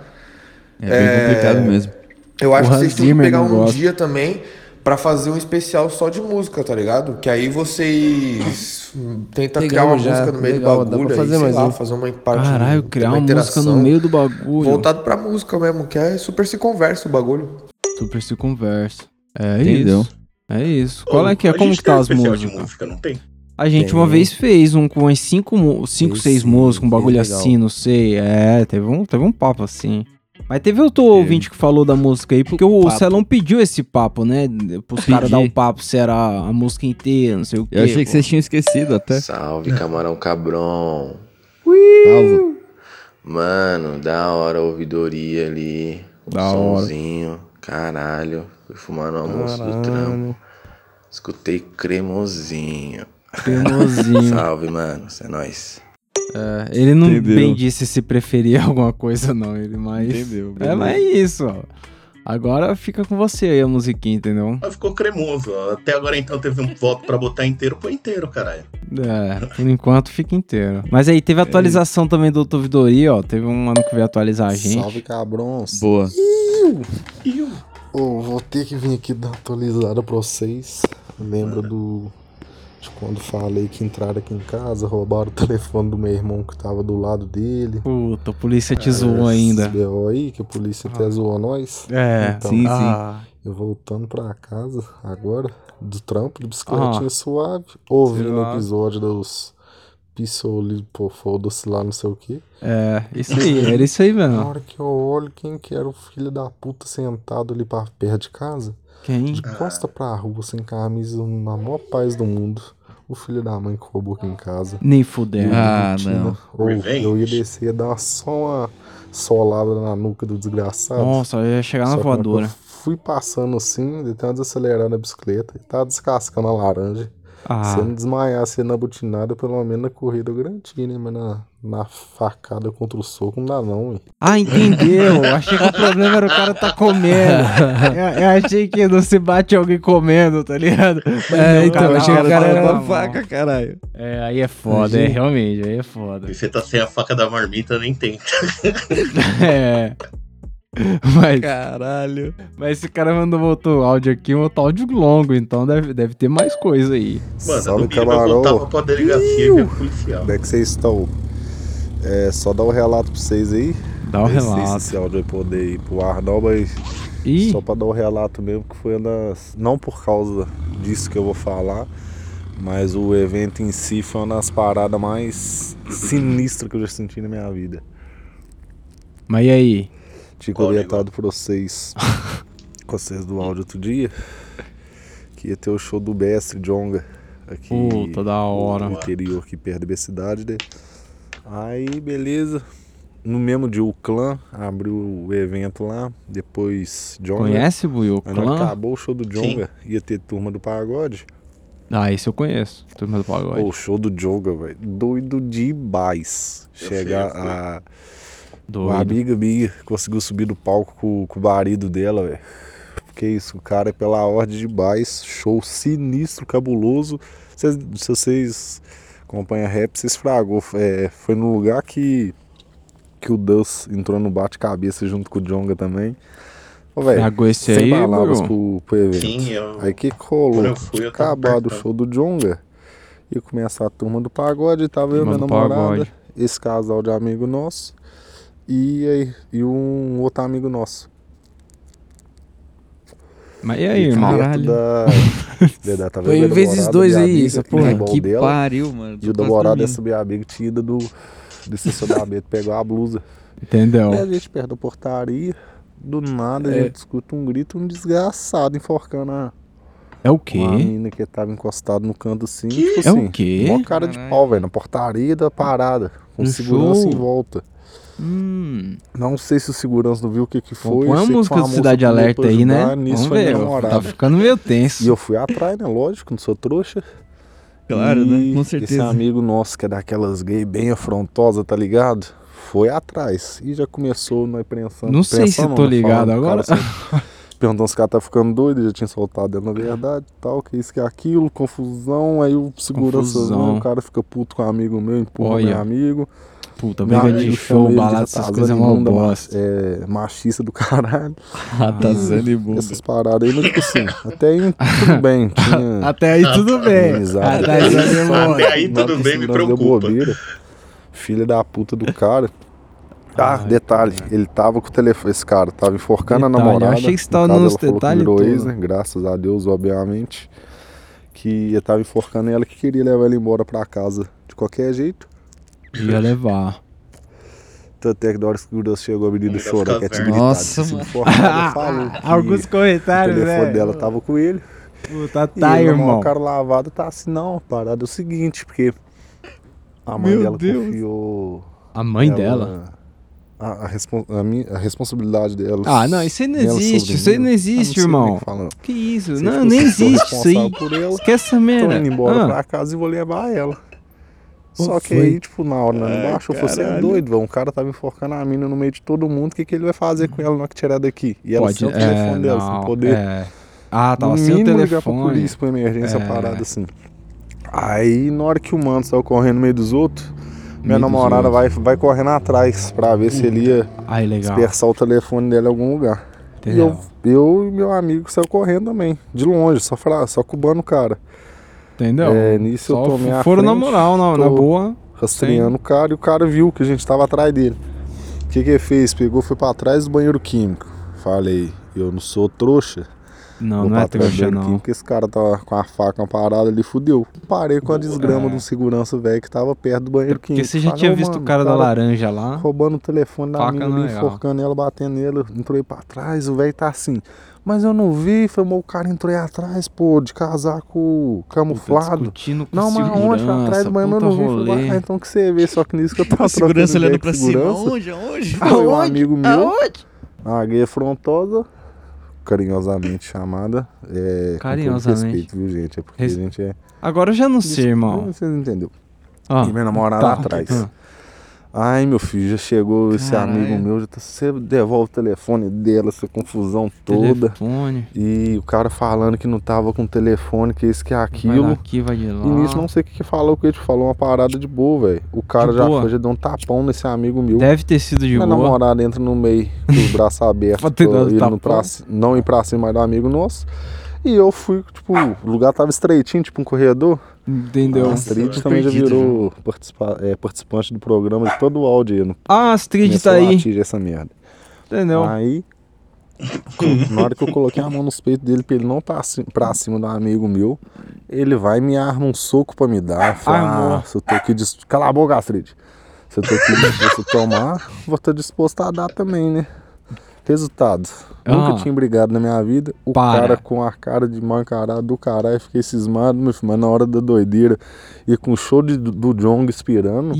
Speaker 5: É bem complicado mesmo.
Speaker 10: Eu acho
Speaker 3: O
Speaker 10: que
Speaker 3: Hans
Speaker 10: vocês têm que
Speaker 3: Zimmer
Speaker 10: pegar
Speaker 3: não
Speaker 10: um
Speaker 3: gosta.
Speaker 10: dia também pra fazer um especial só de música, tá ligado? Que aí vocês tentam criar uma
Speaker 8: Pegamos já,
Speaker 10: música no meio
Speaker 8: legal, dá
Speaker 10: do bagulho,
Speaker 8: pra
Speaker 10: aí,
Speaker 8: fazer
Speaker 10: sei
Speaker 8: mais
Speaker 10: lá,
Speaker 8: um.
Speaker 10: fazer uma parte,
Speaker 3: Caralho,
Speaker 10: ter
Speaker 3: criar
Speaker 10: né? uma
Speaker 3: uma música
Speaker 10: interação
Speaker 3: no meio do bagulho.
Speaker 10: voltado pra música mesmo, que é super se conversa o bagulho.
Speaker 3: Super se conversa. É
Speaker 5: Entendeu?
Speaker 3: isso. É isso. Qual é que é?
Speaker 4: A
Speaker 3: Como
Speaker 4: gente
Speaker 3: que tá
Speaker 4: tem um
Speaker 3: as
Speaker 4: especial de
Speaker 3: músicas?
Speaker 4: música, não tem?
Speaker 3: A gente
Speaker 8: Tem.
Speaker 3: uma vez fez um com as cinco, mu- cinco
Speaker 8: Fez
Speaker 3: seis
Speaker 8: sim,
Speaker 3: músicas, um
Speaker 8: fez
Speaker 3: bagulho
Speaker 8: legal.
Speaker 3: assim, não sei. É, teve um, teve um papo assim. Mas teve outro ouvinte que falou da música aí, porque o
Speaker 5: Papo.
Speaker 3: Celão pediu esse papo, né? Pros caras
Speaker 5: Pedi.
Speaker 3: dar o papo se era a música inteira, não sei o quê.
Speaker 5: Eu achei que
Speaker 3: pô.
Speaker 5: vocês tinham esquecido
Speaker 3: Tá.
Speaker 5: até.
Speaker 11: Salve, camarão cabrão.
Speaker 5: Salvo.
Speaker 11: Mano, da hora a ouvidoria ali. O
Speaker 5: Da hora.
Speaker 11: somzinho. Caralho. Fui fumar no almoço do
Speaker 5: Caralho.
Speaker 11: trampo. Escutei cremosinho.
Speaker 3: Cremosinho.
Speaker 11: Salve, mano. Isso é nóis.
Speaker 3: É, ele não
Speaker 11: Entendeu.
Speaker 3: bem disse se preferia alguma coisa, não, ele, mas.
Speaker 11: Entendeu,
Speaker 3: É,
Speaker 11: beleza.
Speaker 3: mas é isso, ó. Agora fica com você aí a musiquinha, entendeu?
Speaker 4: Mas ficou cremoso. Até agora então teve um voto pra botar inteiro, põe inteiro, caralho.
Speaker 3: É, por enquanto fica inteiro. Mas aí teve atualização também do Doutor Vidoria, ó. Teve um ano que veio atualizar a gente.
Speaker 12: Salve, cabrons.
Speaker 3: Boa.
Speaker 12: Ô, vou ter que vir aqui dar uma atualizada pra vocês. Lembra do. de quando falei que entraram aqui em casa, roubaram o telefone do meu irmão que tava do lado dele.
Speaker 3: Puta, a polícia te zoou ainda.
Speaker 12: BO aí, que a polícia
Speaker 10: Ah.
Speaker 12: até zoou nós.
Speaker 3: É,
Speaker 12: Então,
Speaker 3: sim, sim.
Speaker 12: ah, Eu voltando pra casa agora, do trampo, de bicicletinha
Speaker 3: Ah.
Speaker 12: suave, ouvindo o
Speaker 3: Suave.
Speaker 12: episódio dos pissolipofodos lá, não sei o que.
Speaker 3: É, isso aí, era isso aí mesmo.
Speaker 12: Na hora que eu olho quem que era o filho da puta sentado ali pra perto de casa.
Speaker 3: Quem?
Speaker 12: De costa pra rua, sem camisa, na maior paz do mundo. O filho da mãe que roubou aqui em casa.
Speaker 3: Nem fudendo.
Speaker 12: E o
Speaker 3: Ah,
Speaker 12: Vitinho,
Speaker 3: não.
Speaker 12: Ou, eu ia descer e dar só uma solada na nuca do desgraçado.
Speaker 3: Nossa, eu ia chegar na
Speaker 12: Só que hora que
Speaker 3: voadora.
Speaker 12: eu Fui passando assim, dei até uma desacelerada na bicicleta e tava descascando a laranja.
Speaker 3: Ah.
Speaker 12: Se eu não desmaiasse na butinada, pelo menos na corrida eu garanti, né? Mas na, na facada contra o soco não dá não, hein?
Speaker 3: Ah, entendeu? Achei que o problema era o cara tá comendo. Eu, eu achei que não se bate alguém comendo, tá ligado? Mas não, cara, então, o cara era uma faca,
Speaker 5: caralho.
Speaker 3: É, aí é foda, é,
Speaker 4: Imagina.
Speaker 3: realmente, aí é foda.
Speaker 4: E você tá sem a faca da marmita, nem tenta.
Speaker 3: É. Mas,
Speaker 5: Caralho.
Speaker 3: mas esse cara mandou outro áudio aqui, um outro áudio longo, então deve, deve ter mais coisa aí.
Speaker 4: Mano,
Speaker 12: Salve,
Speaker 4: no mínimo eu voltava
Speaker 12: camarão.
Speaker 4: pra delegacia e ver policial.
Speaker 12: Como é que vocês estão? É, só dar o relato pra vocês aí.
Speaker 3: Dá o
Speaker 12: Nem sei
Speaker 3: relato.
Speaker 12: se esse áudio vai poder ir pro ar não, mas só pra dar o relato mesmo, que foi uma... Não por causa disso que eu vou falar, mas o evento em si foi uma das paradas mais sinistras que eu já senti na minha vida.
Speaker 3: Mas e aí?
Speaker 12: Tinha comentado pra vocês, com vocês do áudio outro dia, que ia ter o show do Bestre Jonga aqui.
Speaker 3: Puta, da hora.
Speaker 12: No interior aqui perto da minha cidade, né? Aí, beleza. No mesmo dia o clã abriu o evento lá, depois Jonga.
Speaker 3: Conhece, Buiu, o
Speaker 12: Aí, na hora que
Speaker 3: Clã?
Speaker 12: Acabou o show do Jonga, ia ter turma do pagode.
Speaker 3: Ah, esse eu conheço. Turma do pagode.
Speaker 12: Pô, o show do Jonga, velho. Doido demais. Chegar a.
Speaker 3: Doido.
Speaker 12: Uma amiga minha conseguiu subir do palco com, com o marido dela, velho. Que isso, o cara é pela ordem demais. Show sinistro, cabuloso. Cês- se vocês acompanham rap, vocês fragou. É, foi no lugar que, que o Dus entrou no bate-cabeça junto com o Jonga também. Ô, véi,
Speaker 3: Fragou esse
Speaker 12: sem
Speaker 3: aí,
Speaker 12: palavras
Speaker 3: Bruno?
Speaker 12: pro, pro evento.
Speaker 4: Sim, eu-
Speaker 12: Aí que colou.
Speaker 4: Quando eu fui, eu tava
Speaker 12: Acabado o
Speaker 4: perto.
Speaker 12: show do Jonga. E começar a turma do pagode, tava eu,
Speaker 3: Turma do
Speaker 12: minha namorada,
Speaker 3: pagode.
Speaker 12: esse casal de amigo nosso e, aí- e um outro amigo nosso.
Speaker 3: Mas e aí,
Speaker 12: perto
Speaker 3: irmão?
Speaker 12: Da... Dedé, tá
Speaker 3: Põe
Speaker 12: vendo? Da
Speaker 3: vezes
Speaker 12: namorada,
Speaker 3: dois
Speaker 12: minha
Speaker 3: aí,
Speaker 12: amiga,
Speaker 3: essa
Speaker 12: e o
Speaker 3: porra.
Speaker 12: irmão
Speaker 3: Que
Speaker 12: dela.
Speaker 3: pariu, mano, tô
Speaker 12: E o
Speaker 3: quase
Speaker 12: namorado
Speaker 10: é
Speaker 3: dormindo.
Speaker 12: dessa minha amiga tinha ido do, do estacionamento pegar a blusa.
Speaker 3: Entendeu?
Speaker 12: Aí É, a gente perto da portaria, do nada a
Speaker 3: É.
Speaker 12: gente escuta um grito, um desgraçado enforcando a...
Speaker 3: É o quê?
Speaker 12: Uma menina que tava encostada no canto assim. Tipo
Speaker 3: É o
Speaker 12: assim,
Speaker 3: quê?
Speaker 12: Mó cara de pau, velho. Na portaria da parada. Com
Speaker 3: No
Speaker 12: segurança
Speaker 3: show?
Speaker 12: em volta.
Speaker 3: Hum.
Speaker 12: Não sei se o segurança não viu o que, que foi.
Speaker 3: Põe a
Speaker 12: sei que
Speaker 3: música do
Speaker 12: foi uma moça
Speaker 3: Cidade
Speaker 12: que veio
Speaker 3: Alerta
Speaker 12: pra
Speaker 3: aí, né?
Speaker 12: ajudar, Nisso
Speaker 3: Vamos
Speaker 12: foi minha
Speaker 3: ver, ó.
Speaker 12: namorada.
Speaker 3: tá ficando meio tenso.
Speaker 12: E eu fui atrás, né? Lógico, não sou trouxa.
Speaker 5: Claro,
Speaker 12: E
Speaker 5: né? Com
Speaker 12: Esse
Speaker 5: certeza.
Speaker 12: amigo nosso, que é daquelas gay bem afrontosa, tá ligado? Foi atrás. E já começou na apreensão.
Speaker 3: Não sei se
Speaker 12: apreensão não,
Speaker 3: tô
Speaker 12: né?
Speaker 3: ligado
Speaker 12: Falando,
Speaker 3: agora.
Speaker 12: cara, assim, Perguntando se o cara tá ficando doido, já tinha soltado ela na verdade, tal, que isso, que aquilo, confusão. Aí o segurança,
Speaker 3: Confusão.
Speaker 12: não, o cara fica puto com um amigo meu, empurra
Speaker 3: Olha.
Speaker 12: meu amigo.
Speaker 3: Puta,
Speaker 12: Meu
Speaker 3: briga de
Speaker 12: amigo
Speaker 3: show,
Speaker 12: chama ele de
Speaker 3: balada, essas
Speaker 12: ratazana
Speaker 3: coisas é mó
Speaker 12: imunda, ma-
Speaker 3: bosta.
Speaker 12: É, machista do caralho.
Speaker 5: Ratazana
Speaker 12: E
Speaker 5: imunda.
Speaker 12: Essas paradas aí, mas tipo assim, até aí tudo bem. Tinha
Speaker 3: Até aí tudo bem.
Speaker 12: Amizade,
Speaker 3: Ratazana
Speaker 12: Até aí,
Speaker 3: imunda.
Speaker 12: sabe?
Speaker 3: Até aí
Speaker 12: Na hora
Speaker 3: tudo
Speaker 12: que
Speaker 3: bem,
Speaker 12: esse
Speaker 3: me
Speaker 12: negócio deu
Speaker 3: preocupa.
Speaker 12: bobeira, Filha da puta do cara. Ah, detalhe, ele tava com o telefone, esse cara tava enforcando
Speaker 3: é Detalhe,
Speaker 12: a namorada.
Speaker 3: eu achei que você
Speaker 12: No
Speaker 3: tava
Speaker 12: caso,
Speaker 3: nos
Speaker 12: ela falou que
Speaker 3: detalhes
Speaker 12: virou
Speaker 3: tudo.
Speaker 12: ex, né? Graças a Deus, obviamente. Que ele tava enforcando ela, que queria levar ele embora pra casa de qualquer jeito.
Speaker 3: Ia levar.
Speaker 12: Até é que da hora que o Segurança chegou, a menina chorou, que
Speaker 4: assim,
Speaker 12: é desmilitar,
Speaker 3: Nossa,
Speaker 12: disse,
Speaker 3: mano.
Speaker 12: "Informada", falou que
Speaker 3: Alguns comentários,
Speaker 12: O telefone
Speaker 3: né?
Speaker 12: dela tava com ele.
Speaker 3: Puta,
Speaker 12: E
Speaker 3: tá,
Speaker 12: ele, na maior
Speaker 3: irmão.
Speaker 12: cara lavada, tá assim, não, a parada é o seguinte, porque a mãe
Speaker 3: Meu
Speaker 12: dela
Speaker 3: Deus.
Speaker 12: confiou...
Speaker 3: A mãe
Speaker 12: ela-
Speaker 3: dela?
Speaker 12: é A, a respon- a minha- a responsabilidade dela...
Speaker 3: Ah, não, isso aí não
Speaker 12: nela
Speaker 3: existe,
Speaker 12: sobre
Speaker 3: isso aí
Speaker 12: mim,
Speaker 3: não
Speaker 12: eu
Speaker 3: existe,
Speaker 12: sei como é
Speaker 3: irmão.
Speaker 12: que fala, não.
Speaker 3: Que isso?
Speaker 12: Você
Speaker 3: Não,
Speaker 12: ficou
Speaker 3: nem
Speaker 12: sendo
Speaker 3: existe isso aí.
Speaker 12: responsável por ela,
Speaker 3: Esquece essa
Speaker 12: Tô
Speaker 3: merda.
Speaker 12: indo embora
Speaker 3: Ah.
Speaker 12: pra casa e vou levar ela.
Speaker 3: Pô,
Speaker 12: Só que
Speaker 3: foi.
Speaker 12: aí, tipo, na hora, né,
Speaker 3: Ai,
Speaker 12: embaixo, eu falei, você é
Speaker 3: caralho.
Speaker 12: doido, vão. O cara tá me enforcando a mina no meio de todo mundo, o que, que ele vai fazer com ela na hora que tirar daqui? E ela
Speaker 3: Pode-
Speaker 12: sem o
Speaker 3: é,
Speaker 12: telefone dela,
Speaker 3: não,
Speaker 12: sem poder.
Speaker 3: é. Ah, tava
Speaker 12: no
Speaker 3: sem o
Speaker 12: mínimo, ligar pra
Speaker 3: telefone.
Speaker 12: polícia, pra emergência,
Speaker 3: É.
Speaker 12: a parada assim. Aí, na hora que o mano saiu correndo no meio dos outros, minha
Speaker 3: Meio dos
Speaker 12: namorada vai, vai correndo atrás pra ver se ele ia
Speaker 3: Aí, legal.
Speaker 12: dispersar o telefone dela em algum lugar. E
Speaker 3: Entendeu.
Speaker 12: eu, eu e meu amigo saiu correndo também, de longe, só, fra, só cubando o cara.
Speaker 3: Entendeu?
Speaker 12: É, nisso
Speaker 3: Só
Speaker 12: eu tomei a
Speaker 3: foram na
Speaker 12: frente,
Speaker 3: moral, na- na
Speaker 12: tô
Speaker 3: boa,
Speaker 12: Rastreando
Speaker 3: sem-
Speaker 12: o cara e o cara viu que a gente tava atrás dele. O que que ele fez? Pegou, foi pra trás do banheiro químico. Falei, eu não sou trouxa.
Speaker 3: Não,
Speaker 12: Vou
Speaker 3: não
Speaker 12: pra
Speaker 3: é
Speaker 12: trás do
Speaker 3: trouxa,
Speaker 12: banheiro
Speaker 3: não.
Speaker 12: químico, Esse cara tava com a faca, uma parada ali, fudeu. Parei com a desgrama de um segurança velho que tava perto do banheiro
Speaker 3: é. Porque
Speaker 12: químico.
Speaker 3: você já
Speaker 12: Falei,
Speaker 3: tinha
Speaker 12: "Ô,
Speaker 3: visto
Speaker 12: mano,
Speaker 3: o cara da laranja lá.
Speaker 12: Roubando o telefone da
Speaker 3: Faca
Speaker 12: mina
Speaker 3: não é
Speaker 12: ali,
Speaker 3: legal.
Speaker 12: enforcando ela, batendo nela. Entrou aí pra trás, o velho tá assim. Mas eu não vi, foi mas o cara entrou aí atrás, pô, de casaco camuflado.
Speaker 3: discutindo com
Speaker 12: não, mas onde? Foi
Speaker 3: segurança,
Speaker 12: atrás do banheiro, eu
Speaker 3: puta
Speaker 12: não vi. Falei,
Speaker 3: rolê.
Speaker 12: "Ah, então que você vê, só que nisso que eu tava
Speaker 3: Segurança
Speaker 12: trocando
Speaker 3: olhando
Speaker 12: ideia com
Speaker 3: pra cima,
Speaker 12: segurança.
Speaker 3: "Aonde? Aonde?
Speaker 12: Foi um
Speaker 3: Aonde?
Speaker 12: amigo meu.
Speaker 3: Aonde?"
Speaker 12: Uma guia frontosa, carinhosamente chamada. É,
Speaker 3: Carinhosamente.
Speaker 12: Com todo respeito, viu, gente? É porque
Speaker 3: Res-
Speaker 12: a gente é...
Speaker 3: Agora eu já não sei, irmão.
Speaker 12: Vocês entenderam.
Speaker 3: Ah,
Speaker 12: e minha namorada
Speaker 3: tá.
Speaker 12: lá atrás.
Speaker 3: Ah.
Speaker 12: Ai, meu filho, já chegou esse
Speaker 3: Caralho.
Speaker 12: amigo meu, já tá, você devolve o telefone dela, essa confusão toda.
Speaker 3: Telefone.
Speaker 12: E o cara falando que não tava com telefone, que isso, que aquilo.
Speaker 3: Vai daqui, vai de lá.
Speaker 12: E nisso não sei o que, que falou, que ele falou uma parada de boa, velho. O cara
Speaker 3: De
Speaker 12: já
Speaker 3: boa?
Speaker 12: foi, já deu um tapão nesse amigo meu.
Speaker 3: Deve ter sido de
Speaker 12: Minha
Speaker 3: boa.
Speaker 12: namorada entra no meio, com os braços abertos,
Speaker 3: Pra ter
Speaker 12: pra
Speaker 3: dado
Speaker 12: ele não,
Speaker 3: tapão.
Speaker 12: pra, ci- não ir pra cima do amigo nosso. E eu fui, tipo, o lugar tava estreitinho, tipo um corredor.
Speaker 3: Entendeu.
Speaker 12: A Astrid
Speaker 3: Tô
Speaker 12: também já
Speaker 3: é perdido né?
Speaker 12: virou participa- é, participante do programa de todo o áudio. aí, No,
Speaker 3: Ah, a Astrid
Speaker 12: começou
Speaker 3: tá
Speaker 12: a
Speaker 3: aí.
Speaker 12: latir essa merda.
Speaker 3: Entendeu.
Speaker 12: Aí, na hora que eu coloquei a mão nos peitos dele pra ele não tá ci- pra cima do amigo meu, ele vai e me arma um soco pra me dar. Eu falo,
Speaker 3: Armou.
Speaker 12: ah, se eu tô aqui dis... Cala a boca, Astrid. Se eu tô aqui disposto a tomar, vou estar disposto a dar também, né? Resultado.
Speaker 3: Ah.
Speaker 12: Nunca tinha brigado na minha vida. O
Speaker 3: Para.
Speaker 12: cara com a cara de mancará do caralho, fiquei cismado, meu filho, mas na hora da doideira e com o show de- do Jong inspirando,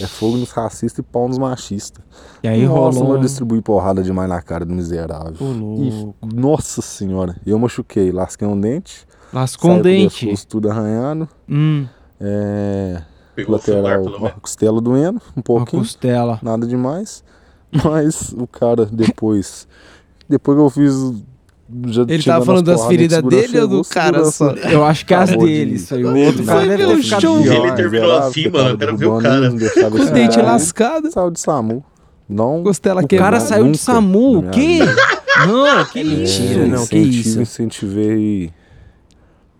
Speaker 12: é fogo nos racistas e pau nos machistas.
Speaker 3: E aí
Speaker 12: Nossa,
Speaker 3: rolou- um-
Speaker 12: mas eu distribuí porrada demais na cara do miserável.
Speaker 3: Ô, louco.
Speaker 12: E, nossa senhora, eu machuquei, lasquei um dente.
Speaker 3: Lascou um
Speaker 12: saiu com o
Speaker 3: dente.
Speaker 12: pescoço tudo arranhado.
Speaker 3: Hum.
Speaker 12: É,
Speaker 3: Pegou o
Speaker 12: lateral,
Speaker 3: celular, pelo
Speaker 12: ó, costela doendo um pouquinho.
Speaker 3: costela.
Speaker 12: Nada demais. Mas o cara depois, depois que eu fiz já
Speaker 3: Ele
Speaker 12: tirando
Speaker 3: tava
Speaker 12: as
Speaker 3: falando das
Speaker 12: porradas,
Speaker 3: feridas
Speaker 12: segurança
Speaker 3: dele ou do
Speaker 12: chegou,
Speaker 3: cara
Speaker 12: segurança
Speaker 3: só? Eu acho que é as
Speaker 12: acabou
Speaker 3: dele,
Speaker 12: de-
Speaker 3: isso aí. O outro cara deve ter ficado pior,
Speaker 4: Ele terminou
Speaker 12: miserável,
Speaker 4: assim,
Speaker 12: que
Speaker 4: mano,
Speaker 12: tava
Speaker 4: eu quero ver o
Speaker 12: derrubando,
Speaker 4: cara.
Speaker 12: não deixava
Speaker 3: Com o
Speaker 12: esse
Speaker 3: um dente
Speaker 12: cara aí.
Speaker 3: lascado.
Speaker 12: Saiu de SAMU. Não.
Speaker 3: Costela
Speaker 12: não,
Speaker 3: quebrada. O cara
Speaker 12: não,
Speaker 3: saiu de
Speaker 12: nunca
Speaker 3: SAMU,
Speaker 12: na
Speaker 3: o
Speaker 12: minha
Speaker 3: quê?
Speaker 12: vida.
Speaker 3: Não, que
Speaker 12: É,
Speaker 3: mentira. é Não, que
Speaker 12: incentivo,
Speaker 3: isso.
Speaker 12: incentivei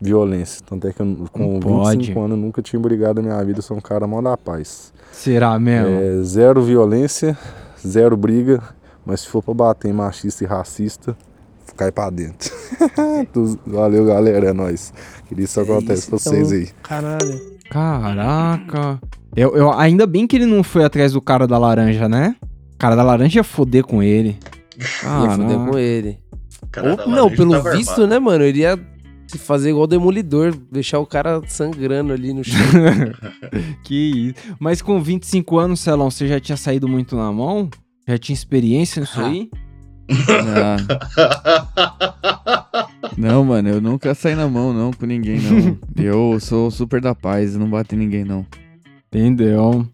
Speaker 12: violência. Tanto é que eu, com
Speaker 3: Não pode.
Speaker 12: 25 anos eu nunca tinha brigado na minha vida. Eu sou um cara mó da paz.
Speaker 3: Será mesmo?
Speaker 12: É, zero violência, zero briga. Mas se for pra bater em machista e racista, cai pra dentro. Valeu, galera. É nóis. Queria
Speaker 13: É,
Speaker 12: isso acontece pra vocês aí.
Speaker 2: Caralho.
Speaker 3: Caraca. Eu, eu, ainda bem que ele não foi atrás do cara da laranja, né? O cara da laranja ia foder com ele.
Speaker 8: Ia foder
Speaker 3: Caraca.
Speaker 8: com ele.
Speaker 3: Cara,
Speaker 8: Ou-
Speaker 13: tá
Speaker 3: da
Speaker 8: Ah, não,
Speaker 3: laranja
Speaker 8: pelo
Speaker 4: tá
Speaker 3: tava
Speaker 8: visto,
Speaker 3: armado.
Speaker 8: né, mano? Ele ia se fazer igual o Demolidor, deixar o cara sangrando ali no chão.
Speaker 3: que isso. Mas com 25 anos, Celão, você já tinha saído muito na mão? Já tinha experiência nisso aí?
Speaker 5: Não, mano, eu nunca saí na mão, não, com ninguém, não. eu sou super da paz, não bato em ninguém, não.
Speaker 3: Entendeu?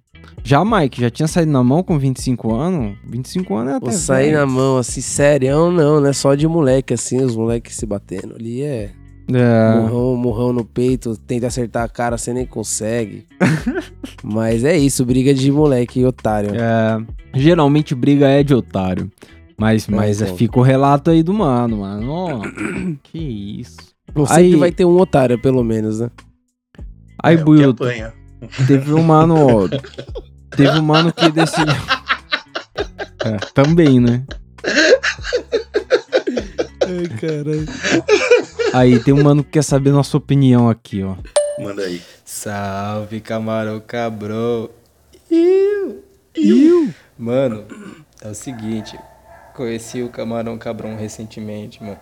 Speaker 3: Já, Mike, já tinha saído na mão com 25 anos? 25 anos é até.
Speaker 8: Pô, sair na mão, assim, serião não, né? Só de moleque, assim, os moleques se batendo ali é.
Speaker 3: É.
Speaker 8: Murrão, murrão no peito, tenta acertar a cara, você nem consegue. Mas é isso, briga de moleque e otário.
Speaker 3: É, geralmente briga é de otário. Mas, mas é,
Speaker 8: então.
Speaker 3: fica o relato aí do mano, mano. Ó, que isso.
Speaker 8: Não
Speaker 3: Aí-
Speaker 8: sempre vai ter um otário, pelo menos, né?
Speaker 4: É
Speaker 3: Aí,
Speaker 8: o
Speaker 3: Buiu,
Speaker 8: que apanha.
Speaker 3: teve um mano. ó, teve um mano que decidiu. É, também, né?
Speaker 8: Ai, caralho.
Speaker 3: Aí, tem um mano que quer saber nossa opinião aqui, ó.
Speaker 4: Manda aí.
Speaker 13: Salve, camarão cabrão. Iu! Iu! Mano, é o seguinte. Conheci o Camarão Cabrão recentemente, mano.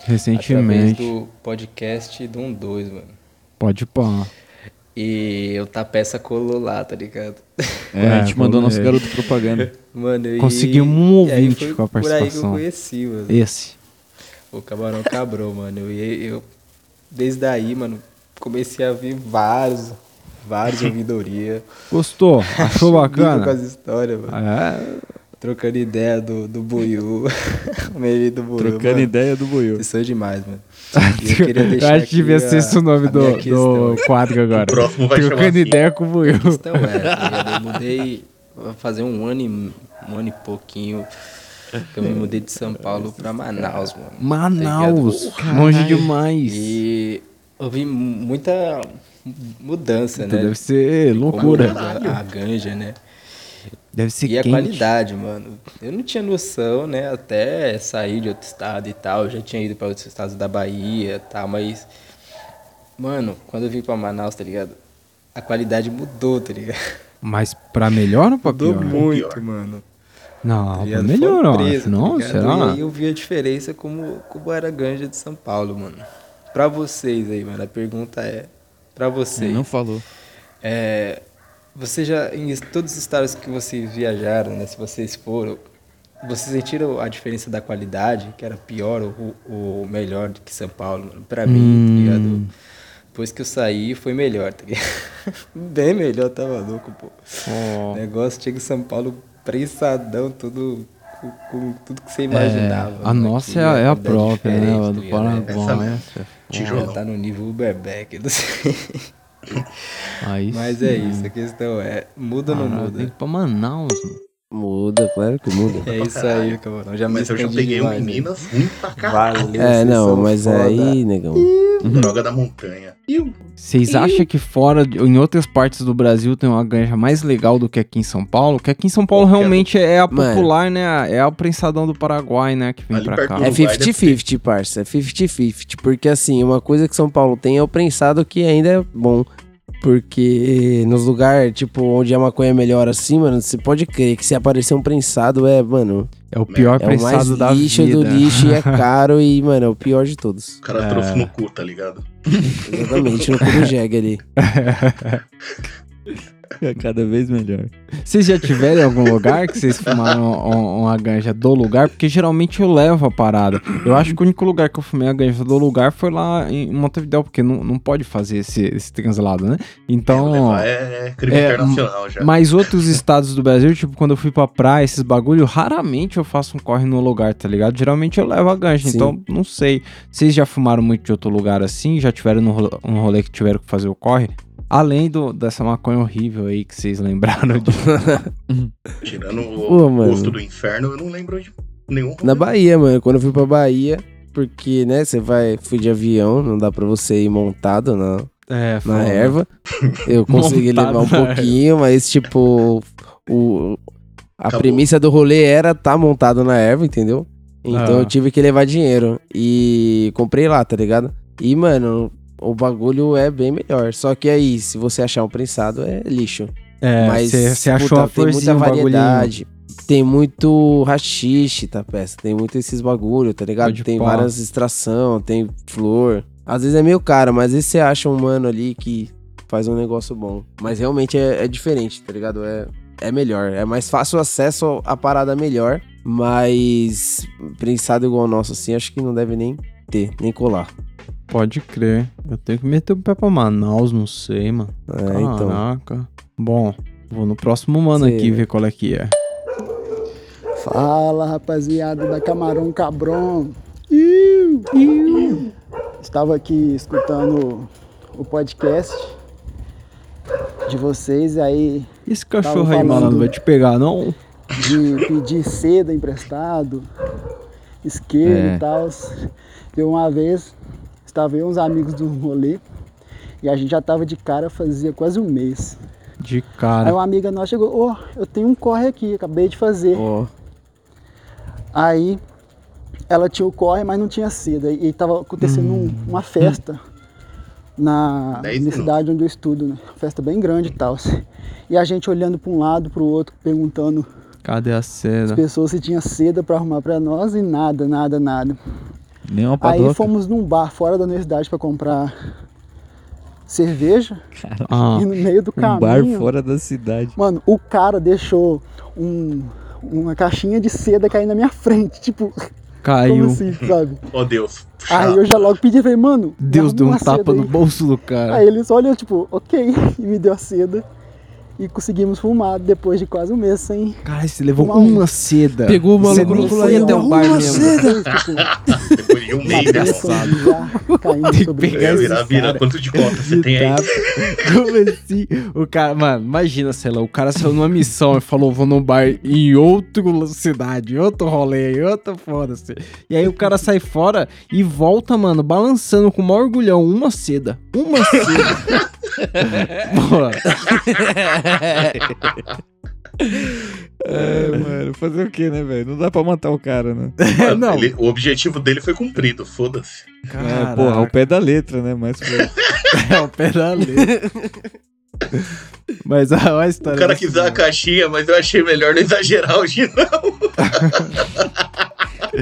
Speaker 13: Através
Speaker 3: Recentemente.
Speaker 13: do podcast do 1-2, mano.
Speaker 3: Pode pá.
Speaker 13: E eu tá peça colou lá, tá ligado?
Speaker 5: É, a gente mandou nosso
Speaker 3: é.
Speaker 5: garoto propaganda.
Speaker 13: Mano, e-
Speaker 3: Conseguimos um
Speaker 13: e aí
Speaker 3: ouvinte
Speaker 13: foi
Speaker 3: com a
Speaker 13: por aí que eu
Speaker 3: participação.
Speaker 13: conheci, mano.
Speaker 3: Esse.
Speaker 13: O Camarão Cabrão, mano. E eu, desde aí, mano, comecei a vir vários, vários ouvidoria.
Speaker 3: Gostou? Achou
Speaker 13: Com as
Speaker 3: bacana?
Speaker 13: histórias, mano.
Speaker 3: É.
Speaker 13: Trocando ideia do, do Buiu. O meme do Buiu.
Speaker 5: Trocando ideia do Buiu.
Speaker 13: Isso é demais, mano. E eu queria
Speaker 3: Eu
Speaker 13: deixar
Speaker 3: acho que devia
Speaker 13: aqui
Speaker 3: ser
Speaker 13: a-
Speaker 3: esse o nome
Speaker 13: a minha
Speaker 3: do, do quadro agora. Trocando
Speaker 4: assim,
Speaker 3: ideia com o Buiu.
Speaker 13: Então é, tá ligado? eu mudei vai fazer um ano e um ano e pouquinho. que Eu me mudei de São Paulo pra Manaus, mano. tá
Speaker 3: Manaus,
Speaker 13: ligado? Uhum.
Speaker 3: caralho. longe demais.
Speaker 13: E houve muita mudança,
Speaker 3: Então
Speaker 13: né?
Speaker 3: deve ser
Speaker 13: Como
Speaker 3: loucura.
Speaker 13: A, a ganja, né?
Speaker 3: Deve ser
Speaker 13: e a
Speaker 3: quente.
Speaker 13: qualidade, mano. Eu não tinha noção, né? Até sair de outro estado e tal. Eu já tinha ido pra outros estados da Bahia e tal, mas. Mano, quando eu vim pra Manaus, tá ligado? A qualidade mudou, tá ligado?
Speaker 3: Mas pra melhor ou pra
Speaker 13: Mudou
Speaker 3: pior?
Speaker 13: muito, mano.
Speaker 3: Não,
Speaker 13: Tá
Speaker 3: pra
Speaker 13: ligado?
Speaker 3: melhor,
Speaker 13: Foi
Speaker 3: eu
Speaker 13: preso,
Speaker 3: acho. Não,
Speaker 13: tá ligado? E
Speaker 3: será?
Speaker 13: aí eu vi a diferença como, como era a ganja é de São Paulo, mano. Pra vocês aí, mano, a pergunta é... Pra vocês...
Speaker 5: Não falou.
Speaker 13: É, você já... Em todos os estados que vocês viajaram, né? Se vocês foram... Vocês sentiram a diferença da qualidade? Que era pior ou, ou melhor do que São Paulo? Mano? Pra mim, tá ligado?
Speaker 3: Hum.
Speaker 13: Depois que eu saí, foi melhor, tá ligado? Bem melhor, tá maluco, pô. O negócio chega em São Paulo prensadão, tudo com, com tudo que você imaginava. né?
Speaker 3: a nossa
Speaker 13: Aqui
Speaker 3: é a- é a
Speaker 13: qualidade
Speaker 3: própria, né?
Speaker 13: diferente,
Speaker 3: A do
Speaker 13: tá ligado?
Speaker 3: Paraguai,
Speaker 4: é
Speaker 13: Essa-
Speaker 3: essa.
Speaker 13: Já
Speaker 1: É,
Speaker 13: tá no nível Uberback, não sei.
Speaker 3: Aí
Speaker 13: Mas
Speaker 3: sim.
Speaker 13: é isso, a questão é, muda ou não
Speaker 3: Caralho,
Speaker 13: muda?
Speaker 3: Tem que ir pra Manaus, mano. Muda, claro que muda.
Speaker 13: É isso aí, camarão. Já me
Speaker 4: Mas eu já
Speaker 13: estendi
Speaker 4: peguei um em
Speaker 13: demais,
Speaker 1: né?
Speaker 13: né? hein?
Speaker 4: Minas ruim pra caralho.
Speaker 8: É, não, mas aí, negão.
Speaker 4: Droga da montanha.
Speaker 3: Vocês acham que fora, de- em outras partes do Brasil, tem uma granja mais legal do que aqui em São Paulo? Que aqui em São Paulo realmente é a
Speaker 8: Mano.
Speaker 3: popular, né? É a prensadão do Paraguai, né? Que vem pra cá.
Speaker 8: É 50-50, parça. É 50-50. Porque, assim, uma coisa que São Paulo tem é o prensado que ainda é bom. Porque nos lugares, tipo, onde a maconha é melhor assim, mano, você pode crer que se aparecer um prensado é, mano.
Speaker 3: É o pior
Speaker 8: é o mais
Speaker 3: prensado da
Speaker 8: lixo do
Speaker 3: vida.
Speaker 8: lixo e é caro e, mano, é o pior de todos. O
Speaker 4: cara
Speaker 3: é.
Speaker 4: trouxe no cu, tá ligado?
Speaker 8: Exatamente, no cu do jegue ali.
Speaker 5: É cada vez melhor.
Speaker 3: Vocês já tiveram em algum lugar que vocês fumaram um- um- uma ganja do lugar? Porque geralmente eu levo a parada. Eu acho que o único lugar que eu fumei a ganja do lugar foi lá em Montevideo, porque não, não pode fazer esse, esse translado, né? Então.
Speaker 4: levar é- é crime internacional já.
Speaker 3: Mas outros estados do Brasil, tipo, quando eu fui pra praia, esses bagulho, raramente eu faço um corre no lugar, tá ligado? Geralmente eu levo a ganja,
Speaker 8: Sim.
Speaker 3: então não sei. Vocês já fumaram muito de outro lugar assim? Já tiveram num rolo- um rolê que tiveram que fazer o corre? Além do, dessa maconha horrível aí que vocês lembraram de.
Speaker 4: Tirando
Speaker 8: Pô,
Speaker 4: o
Speaker 8: mano.
Speaker 4: gosto do inferno, eu não lembro de nenhum.
Speaker 8: Na Bahia, mano. Quando eu fui pra Bahia, porque, né, você vai, fui de avião, não dá pra você ir montado na,
Speaker 3: É,
Speaker 8: na
Speaker 3: foda.
Speaker 8: erva. Eu consegui
Speaker 3: Montado
Speaker 8: levar um
Speaker 3: na erva.
Speaker 8: pouquinho, mas, tipo, o, a
Speaker 3: Acabou.
Speaker 8: premissa do rolê era tá montado na erva, entendeu? Então
Speaker 3: Ah.
Speaker 8: eu tive que levar dinheiro. E comprei lá, tá ligado? E, mano, o bagulho é bem melhor. Só que aí, se você achar um prensado, é lixo.
Speaker 3: É, cê- cê achou a
Speaker 8: tem
Speaker 3: florzinha,
Speaker 8: muita
Speaker 3: um bagulhinho.
Speaker 8: variedade. Tem muito rachixe, tá, peça? Tem muito esses bagulho, tá ligado?
Speaker 3: Pode
Speaker 8: tem
Speaker 3: pá.
Speaker 8: várias extração, tem flor. Às vezes é meio caro, mas às vezes você acha um mano ali que faz um negócio bom. Mas realmente é, é diferente, tá ligado? É, é melhor. É mais fácil o acesso à parada melhor. Mas prensado igual o nosso, assim, acho que não deve nem ter, nem colar.
Speaker 3: Pode crer. Eu tenho que meter o pé pra Manaus, não sei, mano.
Speaker 8: É, então.
Speaker 3: Caraca. Bom, vou no próximo mano
Speaker 14: Sei,
Speaker 3: aqui
Speaker 14: né?
Speaker 3: ver qual é que é.
Speaker 14: Fala rapaziada da Camarão Cabron. Iu, iu. Estava aqui escutando o podcast de vocês aí.
Speaker 3: Esse Cachorro aí, malandro, vai te pegar, não?
Speaker 14: de pedir seda emprestado, isqueiro
Speaker 3: É.
Speaker 14: e tal. E uma vez, estava eu e uns amigos do rolê, e a gente já tava de cara fazia quase um mês.
Speaker 3: De
Speaker 14: Aí
Speaker 3: cara.
Speaker 14: uma amiga nossa chegou, ô, eu tenho um corre aqui, acabei de fazer. Aí
Speaker 5: Hum.
Speaker 14: ela tinha o corre, mas não tinha seda. E tava acontecendo um- uma festa na
Speaker 4: Dez
Speaker 14: universidade onde eu estudo, né? Festa bem grande e tal. E a gente olhando para um lado, para o outro, perguntando
Speaker 3: Cadê a
Speaker 14: as
Speaker 3: cena?
Speaker 14: pessoas se tinha seda para arrumar para nós e nada, nada, nada.
Speaker 5: Nem uma
Speaker 14: Aí
Speaker 5: padoca.
Speaker 14: fomos num bar fora da universidade para comprar cerveja.
Speaker 5: Ah,
Speaker 14: e no meio do
Speaker 5: um
Speaker 14: caminho.
Speaker 5: bar fora da cidade.
Speaker 14: Mano, o cara deixou um- uma caixinha de seda cair na minha frente, tipo.
Speaker 3: Caiu.
Speaker 1: um
Speaker 14: Como assim, sabe?
Speaker 4: Oh, Deus.
Speaker 14: Aí eu já logo pedi, falei, mano. me
Speaker 3: Deus
Speaker 14: arruma
Speaker 3: deu um
Speaker 14: uma
Speaker 12: assim,
Speaker 3: tapa
Speaker 14: seda
Speaker 3: no
Speaker 14: aí.
Speaker 3: bolso do cara.
Speaker 14: Aí eles olham, tipo, ok, e me deu a seda. E conseguimos fumar depois de quase um mês sem.
Speaker 3: Cara, você levou
Speaker 14: fumar um.
Speaker 3: uma seda.
Speaker 14: Pegou o maluco
Speaker 3: Você
Speaker 14: no
Speaker 3: nem
Speaker 14: colo
Speaker 3: foi
Speaker 14: aí,
Speaker 3: até
Speaker 14: ó,
Speaker 3: o bar
Speaker 14: uma
Speaker 3: mesmo.
Speaker 14: seda.
Speaker 4: Depois de um mês, né? Eu virar, virar. Quanto de conta você tem aí?
Speaker 3: tá? Como assim? O cara, mano, imagina, sei lá, o cara saiu numa missão e falou, vou num bar em outra cidade, em outro rolê, em outra foda-se. E aí o cara sai fora e volta, mano, balançando com o maior orgulhão, uma seda. Uma seda. Pô.
Speaker 5: É, mano, fazer o que, né, velho? Não dá pra matar o cara, né?
Speaker 4: Mano, ele- o objetivo dele foi cumprido, foda-se.
Speaker 5: É, porra, ao pé da letra, né? Mas foi.
Speaker 3: é o pé da letra. Mas a, a história.
Speaker 4: O cara
Speaker 3: da
Speaker 4: quis dar a caixinha, mas eu achei melhor não exagerar hoje, não.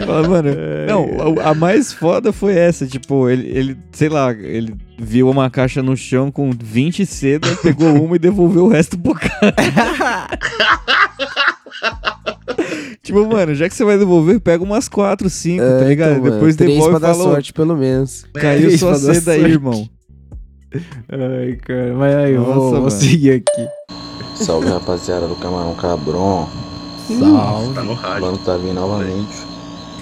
Speaker 5: Fala, mano, não, a, a mais foda foi essa, tipo, ele, ele, sei lá, ele viu uma caixa no chão com 20 sedas, pegou uma e devolveu o resto pro cara. tipo, mano, já que você vai devolver, pega umas 4, 5,
Speaker 8: É,
Speaker 5: tá ligado?
Speaker 8: então, mano,
Speaker 5: Depois
Speaker 8: três
Speaker 5: devolve
Speaker 8: pra
Speaker 5: e
Speaker 8: dar
Speaker 5: fala, ó,
Speaker 8: sorte, pelo menos.
Speaker 5: Caiu
Speaker 8: Três
Speaker 5: sua
Speaker 8: pra dar
Speaker 5: seda aí,
Speaker 8: sorte.
Speaker 5: irmão.
Speaker 3: Ai, cara, mas aí, É, eu
Speaker 5: Nossa,
Speaker 3: vou, vou
Speaker 5: mano.
Speaker 3: seguir aqui.
Speaker 11: Salve rapaziada do Camarão Cabron.
Speaker 3: Salve.
Speaker 4: Tá no
Speaker 11: O Mano tá vindo novamente.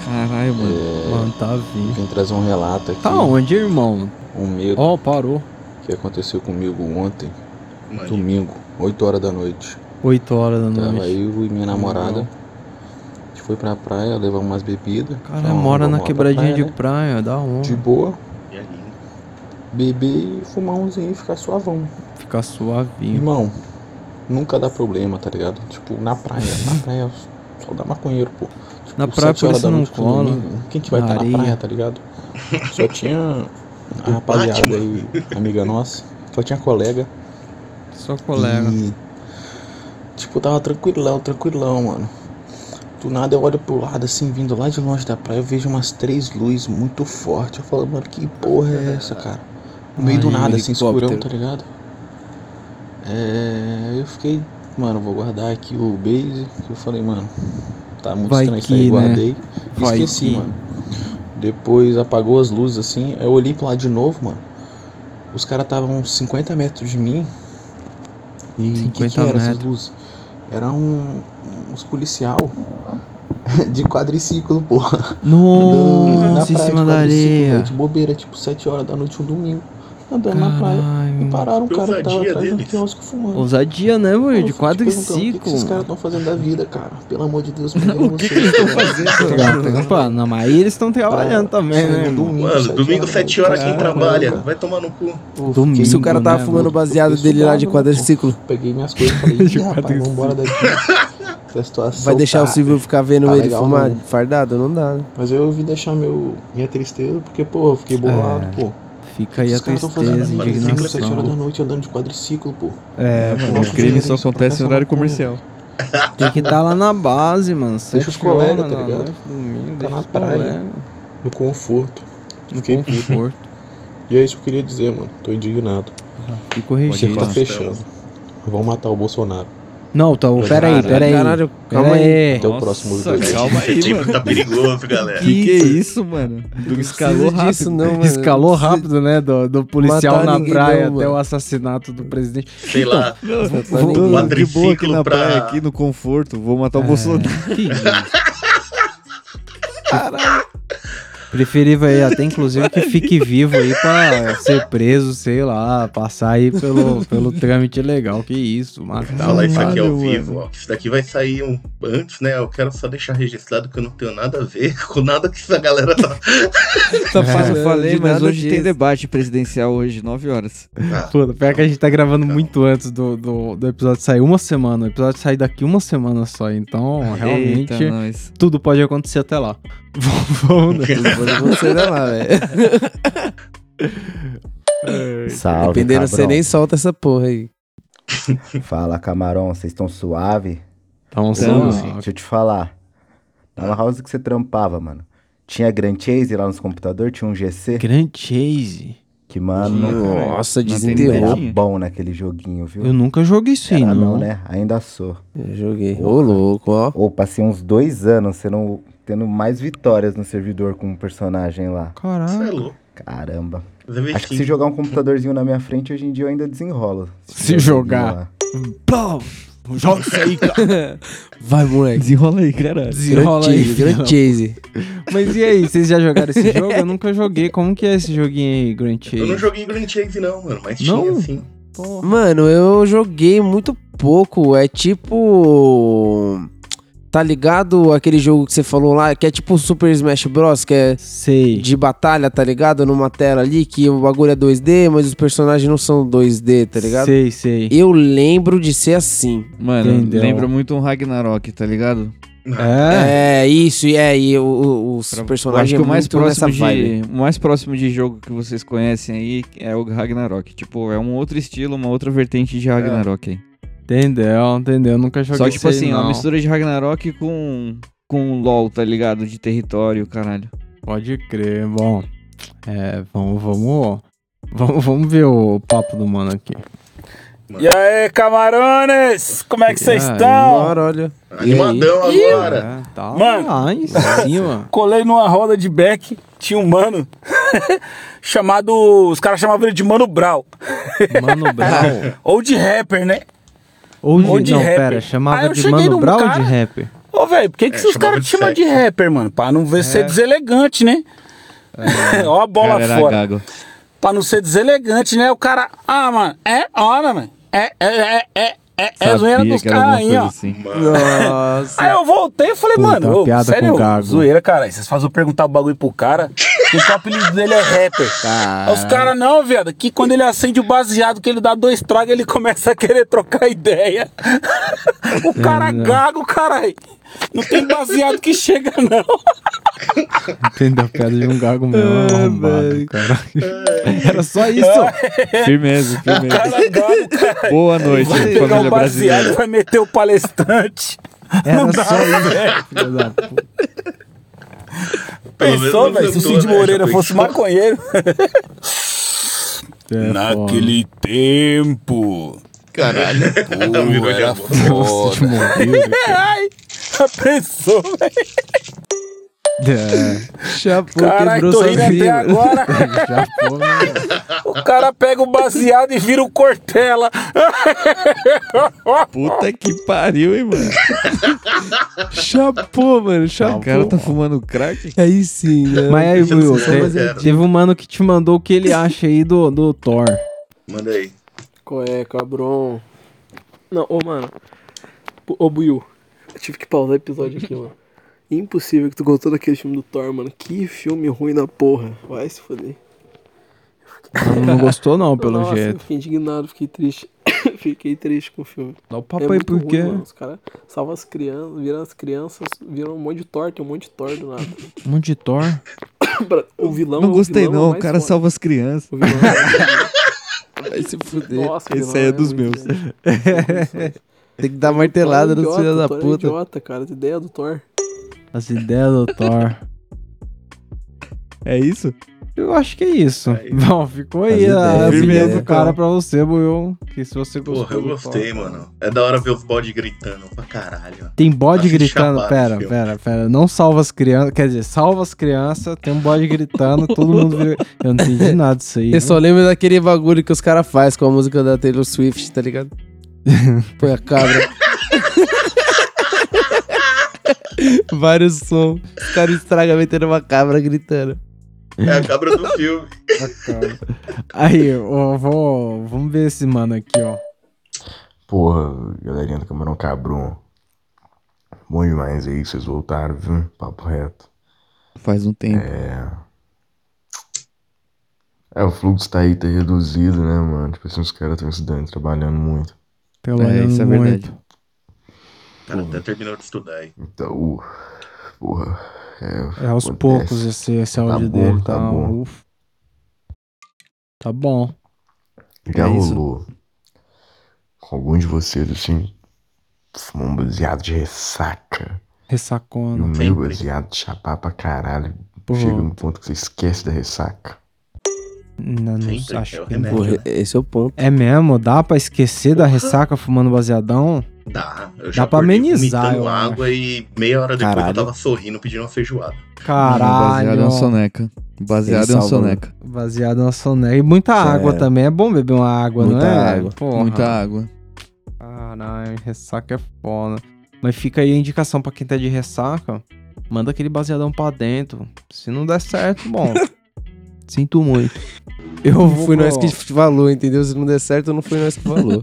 Speaker 5: Caralho,
Speaker 11: mano.
Speaker 3: Mano, tá vindo.
Speaker 11: Vim trazer um relato aqui.
Speaker 3: Tá onde, irmão?
Speaker 11: Um medo.
Speaker 3: Ó, parou.
Speaker 11: Que aconteceu comigo ontem, domingo, 8 horas da noite.
Speaker 3: 8 horas da noite.
Speaker 11: Tava eu e minha namorada. A gente foi pra praia, levamos umas bebidas. Então,
Speaker 3: Cara, mora na quebradinha
Speaker 11: né?
Speaker 3: de praia, dá um. uma.
Speaker 11: De boa. Beber e fumar umzinho e ficar suavão.
Speaker 3: Ficar suavinho.
Speaker 11: Irmão, nunca dá problema, tá ligado? Tipo, na praia. Na praia só dá maconheiro, pô. Tipo,
Speaker 3: Na praia
Speaker 11: sete horas
Speaker 3: parece
Speaker 11: da
Speaker 3: não
Speaker 11: noite, no
Speaker 3: cola.
Speaker 11: domingo, Quem que vai
Speaker 3: na
Speaker 11: estar na
Speaker 3: areia.
Speaker 11: praia, tá ligado? Só tinha a rapaziada aí, amiga nossa. Só tinha colega.
Speaker 3: Só colega.
Speaker 11: E, tipo, eu tava tranquilão, tranquilão, mano. Do nada eu olho pro lado, assim, vindo lá de longe da praia, eu vejo umas três luzes muito fortes. Eu falo, mano, que porra é essa, cara? No meio do
Speaker 3: Ai,
Speaker 11: nada, assim, escurão,
Speaker 3: um helicóptero.
Speaker 11: tá ligado? É, eu fiquei, mano, vou guardar aqui o base. que Eu falei, mano, tá muito
Speaker 3: Vai
Speaker 11: estranho isso
Speaker 3: que,
Speaker 11: aí,
Speaker 3: né?
Speaker 11: guardei. e
Speaker 3: Vai
Speaker 11: Esqueci,
Speaker 3: que.
Speaker 11: mano. Depois apagou as luzes assim, eu olhei pra lá de novo, mano. Os caras estavam uns 50 metros de mim. E o que, que
Speaker 3: 50
Speaker 11: era essas
Speaker 3: metros.
Speaker 11: luzes? Era um, uns policial de quadriciclo, porra.
Speaker 3: Nossa,
Speaker 11: Andando na praia
Speaker 3: em
Speaker 11: de
Speaker 3: cima
Speaker 11: quadriciclo,
Speaker 3: da areia.
Speaker 11: velho, De bobeira, tipo 7 horas da noite, um domingo. Andando na praia. E pararam o cara que tava
Speaker 3: Ousadia
Speaker 11: atrás do quiosque fumando.
Speaker 3: Ousadia, né,
Speaker 11: Mano,
Speaker 3: mano?
Speaker 11: eu
Speaker 3: De
Speaker 11: fico te perguntando, O que, que
Speaker 3: quadriciclo.
Speaker 11: esses caras estão fazendo da vida, cara? Pelo amor de Deus, o que,
Speaker 3: eles tão fazendo? Tá Pô, não, mas aí eles estão trabalhando
Speaker 11: Tá,
Speaker 3: também, né?
Speaker 4: Mano, domingo, 7 horas, quem trabalha? Vai tomar no cu.
Speaker 3: Domingo,
Speaker 8: Se o cara tava
Speaker 3: né,
Speaker 8: fumando
Speaker 3: mano?
Speaker 8: baseado dele lá Tá de
Speaker 11: né?
Speaker 8: quadriciclo.
Speaker 11: Peguei minhas coisas e falei, "Ih, rapaz, vambora daqui. Essa situação
Speaker 8: Vai deixar
Speaker 11: tá-
Speaker 8: o Silvio ficar vendo
Speaker 11: tá
Speaker 8: ele
Speaker 11: legal,
Speaker 8: fumar
Speaker 11: não.
Speaker 8: fardado? Não dá, né?
Speaker 11: Mas eu ouvi deixar meu, minha tristeza, porque, pô, eu fiquei bolado,
Speaker 3: É.
Speaker 11: pô.
Speaker 3: Fica aí a
Speaker 11: Os caras tão fazendo
Speaker 3: tristeza,
Speaker 11: isso,
Speaker 3: indignação.
Speaker 11: 5, 7 horas da noite andando de quadriciclo, pô.
Speaker 5: É,
Speaker 11: Eu
Speaker 5: mano,
Speaker 11: acho
Speaker 5: o crime
Speaker 11: que
Speaker 5: só
Speaker 11: isso
Speaker 5: acontece
Speaker 11: acontece
Speaker 5: no horário
Speaker 11: uma coisa.
Speaker 5: comercial.
Speaker 3: Tem que estar lá na base, mano.
Speaker 11: Deixa os
Speaker 3: sete
Speaker 11: colegas,
Speaker 3: horas
Speaker 11: tá
Speaker 3: da
Speaker 11: ligado?
Speaker 3: noite, domingo,
Speaker 11: Tá
Speaker 3: deixa
Speaker 11: na
Speaker 3: os
Speaker 11: praia.
Speaker 3: colegas.
Speaker 11: No conforto. Fiquei puto.
Speaker 3: conforto.
Speaker 11: E é isso que eu queria dizer, mano. Tô indignado.
Speaker 3: E corrigido.
Speaker 11: Você tá fechando. Vão matar o Bolsonaro.
Speaker 3: Não, tá,
Speaker 11: Peraí,
Speaker 3: pera aí, pera aí. Pera
Speaker 11: Até Então o próximo vídeo.
Speaker 4: É
Speaker 11: é
Speaker 4: Tá perigoso, galera.
Speaker 5: Que, que isso, mano? Do escalou rápido.
Speaker 3: Escalou rápido, né? Do, do policial
Speaker 5: Matar
Speaker 3: na
Speaker 5: ninguém
Speaker 3: praia
Speaker 5: não,
Speaker 3: até
Speaker 5: mano.
Speaker 3: o assassinato do presidente.
Speaker 4: Sei lá.
Speaker 5: Não,
Speaker 3: Então,
Speaker 5: vou-
Speaker 3: vamos-
Speaker 5: vou de boa aqui na
Speaker 3: pra-
Speaker 5: praia, aqui no conforto, vou matar o
Speaker 3: É,
Speaker 5: Bolsonaro.
Speaker 3: que isso. Preferível aí até, inclusive, que fique vivo aí pra ser preso, sei lá, passar aí pelo, pelo trâmite legal. Que isso, matar.
Speaker 4: Falar Tá isso aqui é ao
Speaker 3: Caralho, tá mano.
Speaker 4: vivo, ó. Isso daqui vai sair um antes, né? Eu quero só deixar registrado que eu não tenho nada a ver com nada que essa galera tá.
Speaker 5: Tá fácil, eu falei,
Speaker 3: de
Speaker 5: mas
Speaker 3: nada
Speaker 5: hoje tem
Speaker 3: disso.
Speaker 5: debate presidencial hoje, 9 horas.
Speaker 4: Ah.
Speaker 3: Pô, pior que a gente tá gravando muito antes do, do, do episódio sair uma semana. O episódio sai daqui uma semana só. Então, realmente,
Speaker 5: nós.
Speaker 3: tudo pode acontecer até lá. Vamos, né?
Speaker 8: Tudo pode acontecer até lá, velho.
Speaker 15: Salve,
Speaker 8: Dependendo,
Speaker 15: cabrão.
Speaker 8: você nem solta essa porra aí.
Speaker 15: Fala, camarão, vocês estão suave?
Speaker 3: Tão
Speaker 15: Ô,
Speaker 3: suave.
Speaker 15: Luiz, Deixa eu te falar. Lá na house que você trampava, mano. Tinha Grand Chase lá nos computadores, tinha um GC.
Speaker 3: Grand Chase?
Speaker 15: Que, mano.
Speaker 8: Nossa,
Speaker 15: não tem
Speaker 8: desenterrou.
Speaker 15: ninguém bom naquele joguinho, viu?
Speaker 3: Eu nunca joguei isso aí,
Speaker 15: Era
Speaker 3: não.
Speaker 15: né? Ainda sou.
Speaker 8: Eu joguei.
Speaker 15: Ô,
Speaker 8: louco, ó.
Speaker 15: Ou passei uns dois anos sendo, tendo mais vitórias no servidor com um personagem lá.
Speaker 3: Caraca.
Speaker 4: Cê é louco.
Speaker 15: Caramba.
Speaker 4: Mas é
Speaker 15: Acho que se
Speaker 4: vestígio.
Speaker 15: jogar um computadorzinho na minha frente, hoje em dia eu ainda desenrolo.
Speaker 3: Se jogar. Plau! Joga isso aí, cara.
Speaker 8: Vai, moleque.
Speaker 5: Desenrola aí, cara.
Speaker 3: Desenrola aí, filha da
Speaker 8: Grand Chase.
Speaker 3: puta. Mas e aí, vocês já jogaram esse jogo? Eu nunca joguei. Como que é esse joguinho aí, Grand Chase?
Speaker 4: Eu não joguei Grand Chase não, mano, mas
Speaker 3: é Não?
Speaker 4: tinha sim.
Speaker 8: Mano, eu joguei muito pouco. É tipo. Tá ligado aquele jogo que você falou lá, que é tipo Super Smash Bros, que é
Speaker 3: de
Speaker 8: batalha, tá ligado? Numa tela ali, que o bagulho é 2D, mas os personagens não são 2D, tá ligado?
Speaker 3: Sei, sei.
Speaker 8: Eu lembro de ser assim.
Speaker 5: Mano,
Speaker 8: Entendeu?
Speaker 5: lembra muito um Ragnarok, tá ligado?
Speaker 8: É, isso, e é, e o- o- os
Speaker 5: Acho
Speaker 8: personagens é
Speaker 5: que o mais
Speaker 8: muito nessa
Speaker 5: próximo de
Speaker 8: vibe.
Speaker 5: o mais próximo de jogo que vocês conhecem aí é o Ragnarok. Tipo, é um outro estilo, uma outra vertente
Speaker 8: É.
Speaker 5: de Ragnarok aí.
Speaker 3: Entendeu, entendeu. Nunca joguei
Speaker 5: Só que, tipo
Speaker 3: isso aí,
Speaker 5: assim, é uma
Speaker 3: não.
Speaker 5: mistura de Ragnarok com com LoL, tá ligado? De território, caralho.
Speaker 3: Pode crer, bom. É, vamos, vamos, vamos, vamos ver o papo do mano aqui.
Speaker 2: E aí, camarones? Como é que vocês
Speaker 3: Ah,
Speaker 2: estão?
Speaker 3: agora, olha.
Speaker 2: Animadão
Speaker 3: Ih!
Speaker 2: agora.
Speaker 3: É, tá
Speaker 2: Mano.
Speaker 3: lá em cima.
Speaker 2: Colei numa roda de back, tinha um mano chamado. Os caras chamavam ele de Mano Brau.
Speaker 3: Mano Brau?
Speaker 2: Ou de rapper, né?
Speaker 3: Ou
Speaker 2: Ou
Speaker 3: de,
Speaker 2: de
Speaker 3: não,
Speaker 2: rapper.
Speaker 3: pera,
Speaker 2: Aí
Speaker 3: chamava
Speaker 2: eu
Speaker 3: de
Speaker 2: cheguei
Speaker 3: Mano
Speaker 2: num
Speaker 3: Brau ou
Speaker 2: cara-
Speaker 3: de rapper?
Speaker 2: Ô, velho, por que, que
Speaker 3: É,
Speaker 2: os caras te chamam de rapper, mano? Pra não ver ser deselegante, né? Ó a bola
Speaker 5: Cara, era
Speaker 2: fora.
Speaker 5: gago.
Speaker 2: Pra não ser deselegante, né? O cara. Ah, mano, é hora, mano. É, é, é, é. É, é
Speaker 5: Sabia
Speaker 2: zoeira dos
Speaker 5: que era
Speaker 2: caras aí,
Speaker 5: alguma
Speaker 2: ó.
Speaker 5: coisa assim.
Speaker 8: Nossa.
Speaker 2: Aí eu voltei e falei,
Speaker 5: Puta,
Speaker 2: mano, ô,
Speaker 5: piada
Speaker 2: sério,
Speaker 5: com gago.
Speaker 2: zoeira, cara. Vocês fazem eu perguntar o bagulho pro cara, que o apelido dele é rapper. Aí Os caras, não, viado, que quando ele acende o baseado, que ele dá dois tragos, ele começa a querer trocar ideia. o cara
Speaker 3: Entendeu?
Speaker 2: gago, caralho. Não tem baseado que chega, não.
Speaker 3: Entendeu? Piada de um gago mesmo, é, arrombado, cara. Era só isso.
Speaker 5: Firmeza, firmeza.
Speaker 2: Cara gago, caralho.
Speaker 5: Boa noite,
Speaker 2: vai
Speaker 5: família
Speaker 2: pegar o
Speaker 5: brasileira.
Speaker 2: baseado, vai meter o palestrante.
Speaker 3: Era
Speaker 2: não dá,
Speaker 3: só isso,
Speaker 2: velho.
Speaker 3: filho da
Speaker 4: Pelo
Speaker 2: Pensou,
Speaker 4: menos
Speaker 2: é velho? Se o
Speaker 4: eu tô,
Speaker 2: Cid
Speaker 4: né?
Speaker 2: Moreira
Speaker 4: Já
Speaker 2: fosse
Speaker 4: pensou?
Speaker 2: maconheiro.
Speaker 3: É
Speaker 2: Naquele tempo.
Speaker 4: Caralho.
Speaker 2: Pô,
Speaker 4: Virou
Speaker 2: era
Speaker 4: jabá.
Speaker 2: foda. Ai, já pensou, velho?
Speaker 3: Chapô,
Speaker 2: Caralho, tô rindo até agora. o cara pega o baseado e vira o Cortella.
Speaker 5: Puta que pariu, hein, mano?
Speaker 3: Chapô, mano, chapô.
Speaker 5: O cara tá fumando crack?
Speaker 3: Aí sim, né? Mas aí,
Speaker 5: Deixa eu
Speaker 3: Will,
Speaker 5: ser
Speaker 3: te-
Speaker 5: sincero.
Speaker 3: teve um mano que te mandou o que ele acha aí do, do Thor.
Speaker 4: Manda aí.
Speaker 16: Qual é, cabrão? Não, ô, mano. Pô, Ô, Buiu. Eu tive que pausar o episódio aqui, mano. Impossível que tu gostou daquele filme do Thor, mano. Que filme ruim da porra. Vai se foder.
Speaker 3: Não, não gostou não, pelo
Speaker 16: Nossa, eu
Speaker 3: jeito.
Speaker 16: fiquei indignado, fiquei triste. fiquei triste com o filme.
Speaker 3: Dá o
Speaker 16: é
Speaker 3: papo aí,
Speaker 16: muito
Speaker 3: por
Speaker 16: ruim,
Speaker 3: quê?
Speaker 16: mano. Os caras salvam as crianças, viram as crianças, viram um monte de Thor, tem um monte de Thor do nada.
Speaker 3: Um de Thor.
Speaker 16: Pra- o vilão
Speaker 5: Não
Speaker 16: é
Speaker 5: gostei
Speaker 16: vilão é
Speaker 5: não, o
Speaker 16: mais
Speaker 5: cara
Speaker 16: foda.
Speaker 5: salva as crianças.
Speaker 16: O vilão é-
Speaker 5: Vai se fuder.
Speaker 16: Nossa, o
Speaker 5: Esse
Speaker 16: vilão um
Speaker 5: aí é dos
Speaker 16: muito
Speaker 5: meus.
Speaker 16: gênio.
Speaker 8: Tem que dar
Speaker 16: Thor
Speaker 8: martelada
Speaker 16: é
Speaker 8: no
Speaker 16: idiota,
Speaker 8: filho da
Speaker 16: Thor é
Speaker 8: puta.
Speaker 16: idiota, cara. As ideias do Thor.
Speaker 3: As ideias do Thor.
Speaker 5: É isso?
Speaker 3: Eu acho que é isso. Bom, ficou aí
Speaker 5: As
Speaker 3: a
Speaker 5: ideias.
Speaker 3: opinião
Speaker 5: Firmeza,
Speaker 3: do cara
Speaker 5: então.
Speaker 3: pra você, Buiu. Que se você gostou.
Speaker 4: Porra, eu
Speaker 3: do
Speaker 4: gostei,
Speaker 3: Thor.
Speaker 4: mano. É da hora ver os bode gritando pra caralho.
Speaker 3: Tem bode
Speaker 4: Acho que
Speaker 3: gritando.
Speaker 4: chapado,
Speaker 3: Pera, pera, pera. Não salva as crianças. Quer dizer, salva as crianças, tem um bode gritando, todo mundo vira. Eu não entendi nada disso aí.
Speaker 5: Uhum.
Speaker 8: Eu só lembro daquele bagulho que os caras fazem com a música da Taylor Swift, tá ligado? Põe a cabra. Vários sons. Os caras estragam metendo uma cabra gritando.
Speaker 4: É a cabra do filme.
Speaker 3: Aí, ó, vou, vamos ver esse mano aqui, ó.
Speaker 17: Porra, galerinha do Camarão Cabrum. Bom demais aí que vocês voltaram, viu? Papo reto.
Speaker 5: Faz um tempo.
Speaker 17: É. É, o fluxo tá aí, tá reduzido, né, mano? Tipo assim, os caras estão estudando, trabalhando muito.
Speaker 3: Trabalhando
Speaker 5: isso é
Speaker 3: muito.
Speaker 5: verdade.
Speaker 4: O cara até terminou de estudar aí.
Speaker 17: Então, uh, porra. É,
Speaker 3: É aos
Speaker 17: acontece.
Speaker 5: Tá
Speaker 3: poucos esse, esse áudio
Speaker 17: bom,
Speaker 3: dele,
Speaker 17: tá
Speaker 3: tá?
Speaker 17: bom.
Speaker 3: Ufa. Tá bom.
Speaker 17: Já
Speaker 3: É isso.
Speaker 17: rolou com algum de vocês, assim, fumar um baseado de ressaca. E o
Speaker 3: Ressacona.
Speaker 17: meu baseado de chapar pra caralho.
Speaker 3: Pô.
Speaker 17: Chega num ponto que você esquece da ressaca.
Speaker 3: Não, não
Speaker 17: Sempre é
Speaker 3: acho
Speaker 17: o
Speaker 3: que
Speaker 17: remédio,
Speaker 3: não.
Speaker 17: né?
Speaker 8: Esse é o ponto.
Speaker 3: É mesmo? Dá pra esquecer da ressaca fumando baseadão?
Speaker 4: Dá. Eu
Speaker 3: Dá
Speaker 4: já
Speaker 3: pra
Speaker 4: acordei
Speaker 3: amenizar, eu
Speaker 4: vomitando água e meia hora depois
Speaker 3: Caralho.
Speaker 4: eu tava sorrindo pedindo uma feijoada.
Speaker 3: Caralho.
Speaker 5: Baseado é uma soneca. Baseado é uma soneca.
Speaker 3: Baseado é uma soneca. E muita água também. É bom beber uma água,
Speaker 5: Muita
Speaker 3: não é?
Speaker 5: água.
Speaker 3: Porra.
Speaker 5: Muita água.
Speaker 3: Caralho, ressaca é foda. Mas fica aí a indicação pra quem tá de ressaca. Manda aquele baseadão pra dentro. Se não der certo, bom. sinto muito. Eu vou
Speaker 8: Fui
Speaker 3: pro-
Speaker 8: nós que falou, entendeu? Se não der certo, não fui nós que falou.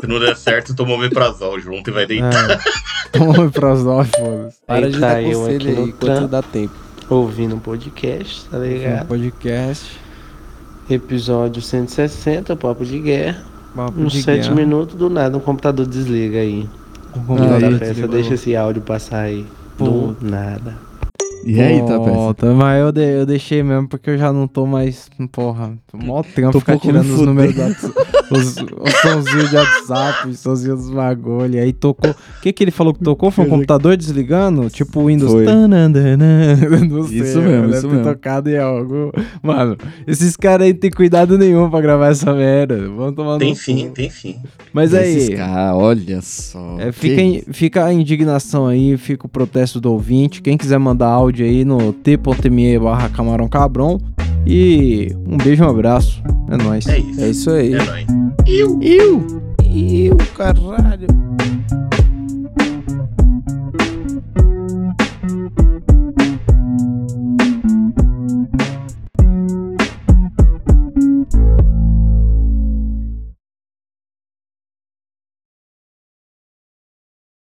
Speaker 4: Se não der certo, toma o meprazol junto e vai deitar.
Speaker 3: Toma pra nós, foda-se.
Speaker 16: Para de dar
Speaker 3: um
Speaker 16: conselho aí
Speaker 8: enquanto
Speaker 16: quanto
Speaker 8: dá tempo.
Speaker 16: Ouvindo um podcast, tá ligado?
Speaker 3: Um podcast.
Speaker 16: Episódio 160, Papo de Guerra.
Speaker 8: Um
Speaker 3: Papo
Speaker 16: Uns
Speaker 3: de
Speaker 16: 7
Speaker 3: guerra.
Speaker 16: minutos, do nada, um computador desliga aí.
Speaker 3: Um
Speaker 16: computador
Speaker 3: computador
Speaker 16: da festa,
Speaker 3: desligou.
Speaker 16: deixa esse áudio passar aí. Do
Speaker 3: Puta.
Speaker 16: nada.
Speaker 5: E aí, Tapete?
Speaker 3: Puta, Mas eu, de- eu deixei mesmo porque eu já não tô mais. Porra, mó tempo
Speaker 5: Tô um
Speaker 3: ficar
Speaker 5: pouco me
Speaker 3: tirando os
Speaker 5: fudendo.
Speaker 3: números da. Os, os sonzinhos de WhatsApp, os sonzinhos dos bagulho. Aí tocou. O que que ele falou que tocou? Foi um computador desligando? Tipo o Windows.
Speaker 5: Foi.
Speaker 3: Tananana, Não sei,
Speaker 5: Isso mesmo,
Speaker 3: deve
Speaker 5: isso
Speaker 3: ter
Speaker 5: mesmo.
Speaker 3: tocado em algo. Mano, esses caras aí não tem cuidado nenhum pra gravar essa merda. Vão tomar no
Speaker 4: Tem
Speaker 3: cu.
Speaker 4: fim, tem fim.
Speaker 3: Mas
Speaker 5: Esses
Speaker 3: aí.
Speaker 5: cara, olha só.
Speaker 3: É, fica, em- fica a indignação aí, fica o protesto do ouvinte. Quem quiser mandar áudio aí no t.me barra camarão cabrão. E um beijo, um abraço. É nóis.
Speaker 4: É isso,
Speaker 8: aí.
Speaker 4: É nóis.
Speaker 8: Iu! Iu! Iu, caralho!